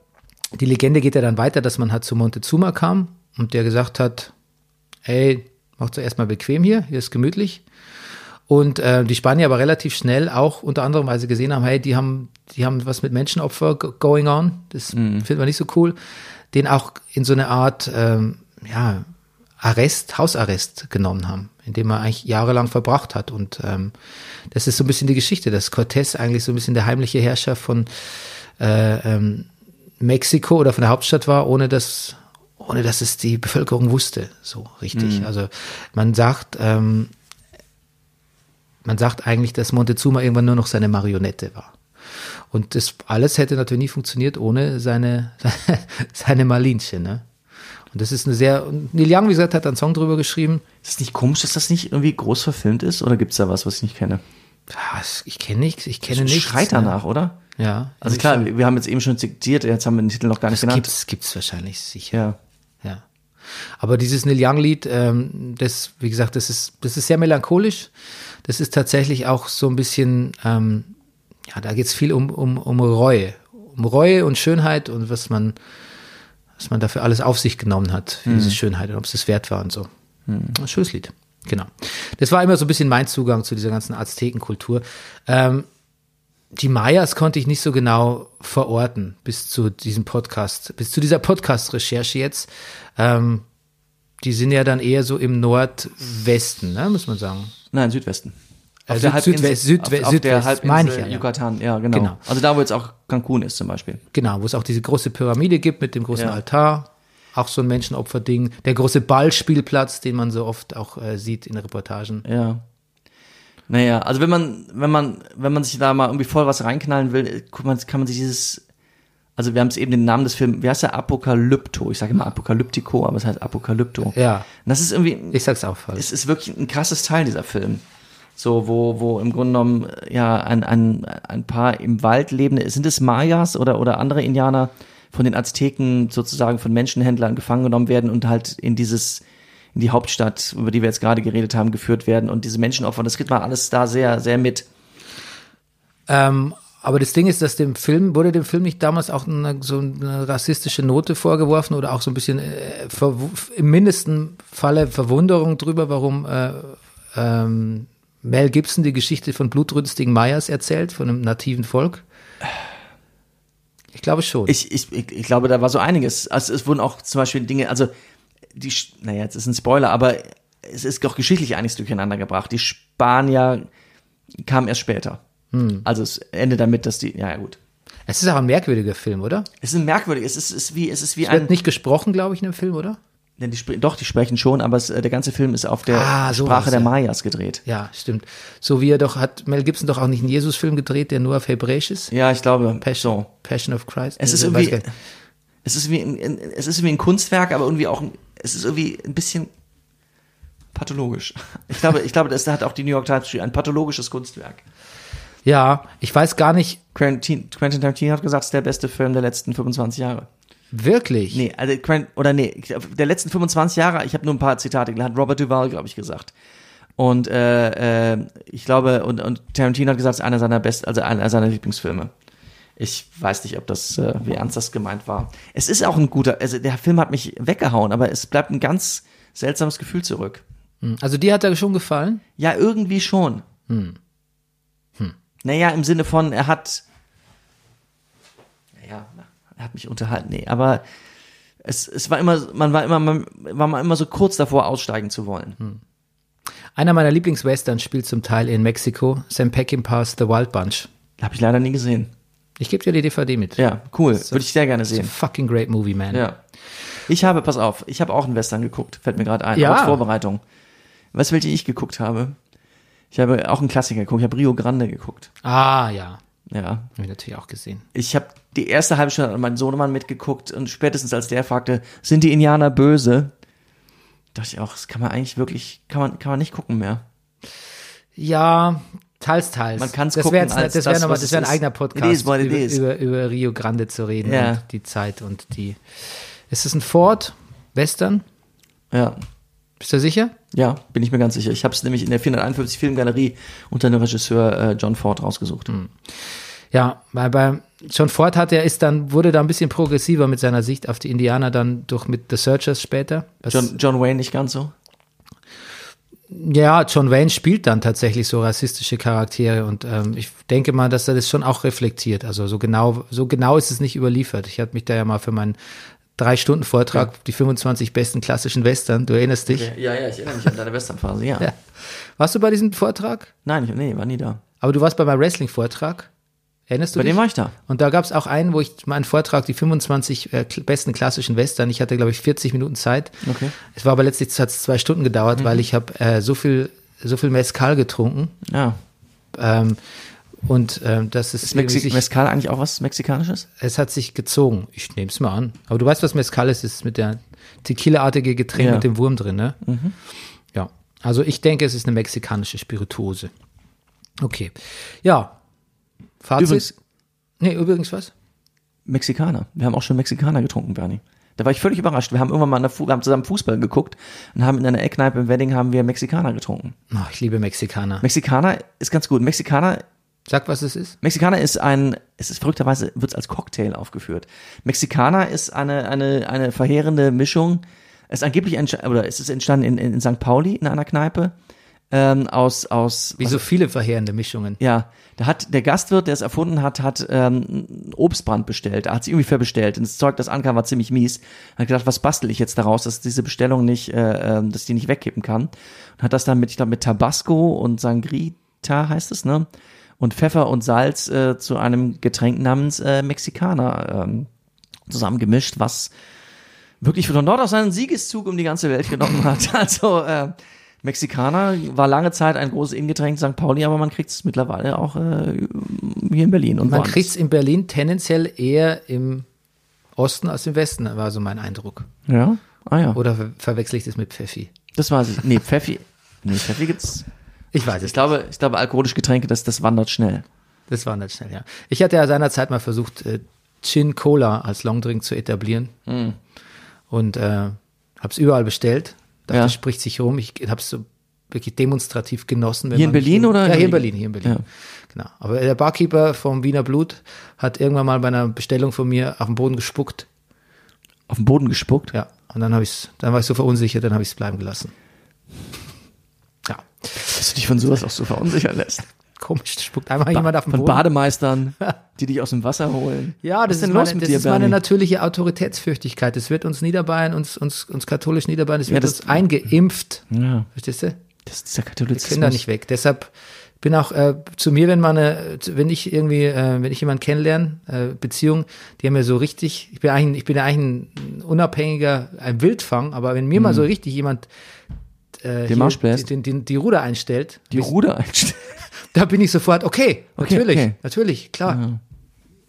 A: die Legende geht ja dann weiter, dass man halt zu Montezuma kam und der gesagt hat, ey, macht zuerst mal bequem hier, hier ist gemütlich. Und äh, die Spanier aber relativ schnell auch, unter anderem, weil sie gesehen haben, hey, die haben, die haben was mit Menschenopfer go- going on, das finden wir nicht so cool, den auch in so eine Art, ähm, ja, Arrest, Hausarrest genommen haben, in dem er eigentlich jahrelang verbracht hat. Und ähm, das ist so ein bisschen die Geschichte, dass Cortés eigentlich so ein bisschen der heimliche Herrscher von äh, ähm, Mexiko oder von der Hauptstadt war, ohne dass, ohne dass es die Bevölkerung wusste, so richtig. Also man sagt, ähm, man sagt eigentlich, dass Montezuma irgendwann nur noch seine Marionette war. Und das alles hätte natürlich nie funktioniert ohne seine, seine Malinche, ne? Und das ist eine sehr, und Neil Young, wie gesagt, hat einen Song drüber geschrieben.
B: Ist es nicht komisch, dass das nicht irgendwie groß verfilmt ist? Oder gibt's da was, was ich nicht kenne?
A: Ah, es- Ich kenne nichts, ich kenne nichts.
B: Schreit
A: ne?
B: danach, oder?
A: Ja.
B: Also klar, wir haben jetzt eben schon zitiert, jetzt haben wir den Titel noch gar nicht
A: Das
B: genannt.
A: gibt's, gibt's wahrscheinlich sicher.
B: Ja.
A: Ja. Aber dieses Neil Young Lied, ähm, das, wie gesagt, das ist, das ist sehr melancholisch. Das ist tatsächlich auch so ein bisschen, ähm, ja, da geht's viel um, um, um Reue. Um Reue und Schönheit und was man, was man dafür alles auf sich genommen hat, für diese Schönheit und ob es das wert war und so. Ein schönes Lied. Genau. Das war immer so ein bisschen mein Zugang zu dieser ganzen Aztekenkultur. Ähm, die Mayas konnte ich nicht so genau verorten bis zu diesem Podcast, bis zu dieser Podcast-Recherche jetzt. Ähm, die sind ja dann eher so im Nordwesten, ne, muss man sagen.
B: Nein, Südwesten.
A: Äh,
B: Also
A: Süd- Südwest- Südwe-
B: auf, auf der
A: Südwest,
B: Halbinsel
A: meine ich ja, ja.
B: Yucatan, ja, genau.
A: Genau.
B: Also da, wo jetzt auch Cancun ist zum Beispiel.
A: Genau, wo es auch diese große Pyramide gibt mit dem großen
B: Ja.
A: Altar. Auch so ein Menschenopferding. Der große Ballspielplatz, den man so oft auch äh, sieht in Reportagen.
B: Ja. Naja, also wenn man, wenn man, wenn man sich da mal irgendwie voll was reinknallen will, äh, guck mal, kann man sich dieses, also wir haben es eben den Namen des Films, wie heißt der? Apokalypto. Ich sage immer Apokalyptico, aber es heißt Apokalypto.
A: Ja.
B: Und das ist irgendwie,
A: Ich sag's auch falsch.
B: es ist wirklich ein krasses Teil dieser Film. So, wo, wo im Grunde genommen, äh, ja, ein, ein, ein paar im Wald lebende, sind es Mayas oder, oder andere Indianer von den Azteken sozusagen von Menschenhändlern gefangen genommen werden und halt in dieses, in die Hauptstadt, über die wir jetzt gerade geredet haben, geführt werden und diese Menschenopfer, das kriegt man alles da sehr, sehr mit.
A: Ähm, aber das Ding ist, dass dem Film, wurde dem Film nicht damals auch eine, so eine rassistische Note vorgeworfen oder auch so ein bisschen äh, verw- im mindesten Falle Verwunderung drüber, warum äh, ähm, Mel Gibson die Geschichte von blutrünstigen Mayas erzählt, von einem nativen Volk? Ich glaube schon.
B: Ich, ich, ich, ich glaube, da war so einiges. Also es wurden auch zum Beispiel Dinge, also die, Sch- naja, jetzt ist ein Spoiler, aber es ist auch geschichtlich einiges durcheinander gebracht. Die Spanier kamen erst später.
A: Hm.
B: Also es endet damit, dass die, ja, ja gut.
A: es ist auch ein merkwürdiger Film, oder?
B: Es ist merkwürdig, es ist, es ist wie, es ist wie
A: Wird
B: ein,
A: nicht gesprochen, glaube ich, in dem Film, oder?
B: denn die, spre- doch, die sprechen schon, aber es, äh, der ganze Film ist auf der
A: Ah, sowas,
B: Sprache der
A: ja.
B: Mayas gedreht.
A: Ja, stimmt. So wie er doch, hat Mel Gibson doch auch nicht einen Jesus-Film gedreht, der nur auf Hebräisch ist?
B: Ja, ich glaube,
A: Passion, Passion of Christ.
B: Es ist
A: Ich weiß
B: irgendwie,
A: gar nicht.
B: es ist wie ein, ein- es ist wie ein Kunstwerk, aber irgendwie auch, ein, es ist irgendwie ein bisschen pathologisch. Ich glaube, ich glaube, das hat auch die New York Times geschrieben, ein pathologisches Kunstwerk.
A: Ja, ich weiß gar nicht
B: Quentin, Quentin Tarantino hat gesagt, es ist der beste Film der letzten 25 Jahre.
A: wirklich.
B: Nee, also Quentin, oder nee, ich glaub, der letzten 25 Jahre, ich habe nur ein paar Zitate gelesen, hat Robert Duvall, glaube ich, gesagt. Und äh, äh, ich glaube, und, und Tarantino hat gesagt, es ist einer seiner best, also einer seiner Lieblingsfilme. Ich weiß nicht, ob das, äh, wie ernst das gemeint war. Es ist auch ein guter, also der Film hat mich weggehauen, aber es bleibt ein ganz seltsames Gefühl zurück.
A: Also die hat er schon gefallen.
B: Ja, irgendwie schon. Hm. Hm. Naja, im Sinne von, er hat. Naja, na, er hat mich unterhalten, nee, aber es, es war immer, man war immer, man war mal immer so kurz davor, aussteigen zu wollen.
A: Einer meiner Lieblingswesterns spielt zum Teil in Mexiko, Sam Peckinpahs The Wild Bunch.
B: Habe ich leider nie gesehen.
A: Ich gebe dir die DVD mit.
B: Ja, cool. Würde ich sehr gerne sehen.
A: Fucking great movie, man.
B: Ja. Ich habe, pass auf, ich habe auch einen Western geguckt, fällt mir gerade ein,
A: Ja.
B: als Vorbereitung. Was welche ich geguckt habe? Ich habe auch einen Klassiker geguckt, ich habe Rio Grande geguckt.
A: Ah, ja.
B: Ja.
A: Hab ich natürlich auch gesehen.
B: Ich habe die erste halbe Stunde an meinen Sohnemann mitgeguckt und spätestens als der fragte, sind die Indianer böse? Dachte ich auch, das kann man eigentlich wirklich, kann man, kann man nicht gucken mehr.
A: Ja, teils, teils.
B: Man kann's
A: das
B: gucken
A: wär jetzt,
B: als
A: Das wäre
B: das,
A: nochmal,
B: was
A: das
B: es
A: wäre ein
B: ist.
A: eigener
B: It
A: Podcast,
B: is what it
A: über,
B: is.
A: über, über Rio Grande zu reden
B: Ja.
A: und die Zeit und die. Ist es ein Ford Western?
B: Ja.
A: Bist du sicher?
B: Ja, bin ich mir ganz sicher. Ich habe es nämlich in der 451 Filmgalerie unter dem Regisseur äh, John Ford rausgesucht.
A: Ja, weil bei John Ford hat er ist dann wurde da ein bisschen progressiver mit seiner Sicht auf die Indianer dann durch mit The Searchers später. Was-
B: John, John Wayne nicht ganz so.
A: ja, John Wayne spielt dann tatsächlich so rassistische Charaktere und ähm, ich denke mal, dass er das schon auch reflektiert. Also so genau so genau ist es nicht überliefert. Ich hatte mich da ja mal für meinen drei Stunden Vortrag die 25 besten klassischen Western. Du erinnerst dich?
B: Ja, ja, ich erinnere mich an deine Westernphase, ja.
A: Ja. Warst du bei diesem Vortrag?
B: Nein, ich, nee, war nie da.
A: Aber du warst bei meinem Wrestling Vortrag. Erinnerst du
B: Bei
A: dich?
B: dem war ich da.
A: Und da gab es auch einen, wo ich meinen Vortrag, die 25 äh, kl- besten klassischen Western, ich hatte, glaube ich, 40 Minuten Zeit.
B: Okay. Mhm.
A: Es war aber letztlich, hat es zwei Stunden gedauert, weil ich habe äh, so viel so viel Mezcal getrunken.
B: Ja.
A: Ähm, und ähm, das ist,
B: Ist
A: irgendwie
B: Mexi
A: sich,
B: Mezcal eigentlich auch was Mexikanisches?
A: es hat sich gezogen. Ich nehme es mal an. Aber du weißt, was Mezcal ist, ist mit der Tequila-artige Getränk
B: Ja. Mhm.
A: mit dem Wurm drin, ne? Ja. Also ich denke, es ist eine mexikanische Spirituose. Okay. Ja. Fazit.
B: Übrigens-
A: nee, übrigens was?
B: Mexikaner. Wir haben auch schon Mexikaner getrunken, Bernie. Da war ich völlig überrascht. Wir haben irgendwann mal in der Fu wir haben zusammen Fußball geguckt und haben in einer Eckkneipe im Wedding haben wir Mexikaner getrunken.
A: Oh, ich liebe Mexikaner.
B: Mexikaner ist ganz gut. Mexikaner
A: Sag, was es ist.
B: Mexikaner ist ein, es ist verrückterweise, wird es als Cocktail aufgeführt. Mexikaner ist eine, eine, eine verheerende Mischung. Es ist angeblich, entsta- oder es ist entstanden in, in, in St. Pauli in einer Kneipe, ähm, aus, aus,
A: Wie so viele verheerende Mischungen.
B: Also ja, da hat der Gastwirt, der es erfunden hat, hat ähm, einen Obstbrand bestellt. Er hat sich irgendwie verbestellt. Und das Zeug, das ankam, war ziemlich mies. Er hat gedacht, was bastel ich jetzt daraus, dass diese Bestellung nicht, äh, ähm, dass ich die nicht wegkippen kann. Und hat das dann mit, ich glaube, mit Tabasco und Sangrita heißt es, ne? Und Pfeffer und Salz äh, zu einem Getränk namens äh, Mexikaner ähm, zusammengemischt, was wirklich von dort aus einen Siegeszug um die ganze Welt genommen hat. Also äh, Mexikaner war lange Zeit ein großes Ingetränk in St. Pauli, aber man kriegt es mittlerweile auch äh, hier in Berlin. Und
A: Man
B: woanders.
A: kriegt es in Berlin tendenziell eher im Osten als im Westen, war so mein Eindruck.
B: Ja? Ah ja.
A: Oder ver verwechsel ich das mit Pfeffi?
B: Das weiß ich. Nee, Pfeffi. Nee, Pfeffi gibt's.
A: Ich weiß es.
B: Ich glaube, ich glaube, alkoholische Getränke, das, das wandert schnell.
A: Das war nicht schnell, ja. Ich hatte ja seinerzeit mal versucht, äh, Gin Cola als Longdrink zu etablieren.
B: Mhm.
A: Und äh, habe es überall bestellt. Dachte,
B: Ja.
A: Das spricht sich rum. Ich habe es so wirklich demonstrativ genossen. wenn
B: Hier in
A: man mich
B: Berlin
A: so-
B: oder in
A: Ja, hier in
B: Berlin?
A: Berlin, hier in Berlin. Genau. Aber der Barkeeper vom Wiener Blut hat irgendwann mal bei einer Bestellung von mir auf den Boden gespuckt.
B: Auf den Boden gespuckt.
A: Ja, und dann habe ich's, dann war ich so verunsichert, dann habe ich es bleiben gelassen. Ja,
B: Dass du dich von sowas auch so verunsichern lässt.
A: komisch, da spuckt einmal jemand auf den
B: von
A: Boden.
B: Bademeistern, die dich aus dem Wasser holen.
A: ja, das
B: Was
A: ist,
B: los
A: meine,
B: mit
A: das
B: dir,
A: ist meine
B: Bernie?
A: natürliche Autoritätsfürchtigkeit. Das wird uns Niederbayern, uns, uns, uns katholisch Niederbayern, das wird
B: das-
A: uns eingeimpft.
B: Ja,
A: Verstehst du?
B: das ist dieser
A: Ich bin da
B: Katholizismus.
A: nicht weg. Deshalb bin auch äh, zu mir, wenn man, äh, zu- wenn ich irgendwie, äh, wenn ich jemanden kennenlerne, äh, Beziehung, die haben ja so richtig, ich bin eigentlich, ich bin ja eigentlich ein unabhängiger, ein Wildfang, aber wenn mir mal so richtig jemand äh, hier
B: Arsch Mhm. bläst.
A: die, die, die Ruder einstellt,
B: Die Ruder einstellen.
A: Da bin ich sofort, okay,
B: Okay,
A: natürlich,
B: okay.
A: natürlich, klar.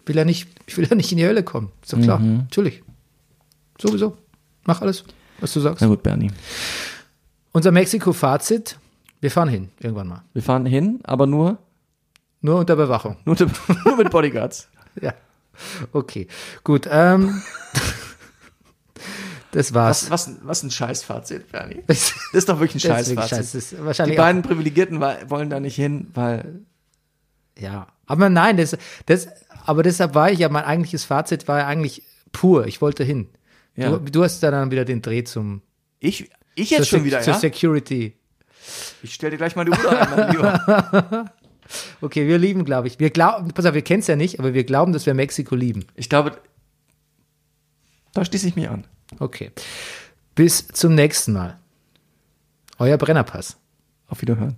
A: Will ja nicht, ich will ja nicht in die Hölle kommen. Ist doch klar,
B: Mhm.
A: natürlich. Sowieso. Mach alles, was du sagst.
B: Na gut, Bernie.
A: Unser Mexiko-Fazit, wir fahren hin, irgendwann mal.
B: Wir fahren hin, aber nur,
A: Nur unter Bewachung.
B: nur, nur mit Bodyguards.
A: Ja. Okay. Gut. Ähm, das war's.
B: Was, was, was ein Scheißfazit, Bernie.
A: Das,
B: Das ist doch wirklich ein
A: das ist wirklich
B: Scheißfazit.
A: scheiße. Das ist
B: Die
A: wahrscheinlich auch,
B: beiden Privilegierten wa- wollen da nicht hin, weil
A: ja. Aber nein, das, das, aber deshalb war ich ja, mein eigentliches Fazit war ja eigentlich pur. Ich wollte hin.
B: Ja.
A: Du, du hast da dann wieder den Dreh zum
B: ich, ich jetzt
A: zur
B: schon
A: Sec-
B: wieder,
A: zur
B: ja?
A: Security.
B: Ich stell dir gleich mal die Ruder ein, mein Lieber.
A: Okay, wir lieben, glaube ich. Wir glauben, pass auf, wir kennen es ja nicht, aber wir glauben, dass wir Mexiko lieben.
B: Ich glaube, Da schließe ich mich an.
A: Okay. Bis zum nächsten Mal. Euer Brennerpass.
B: Auf Wiederhören.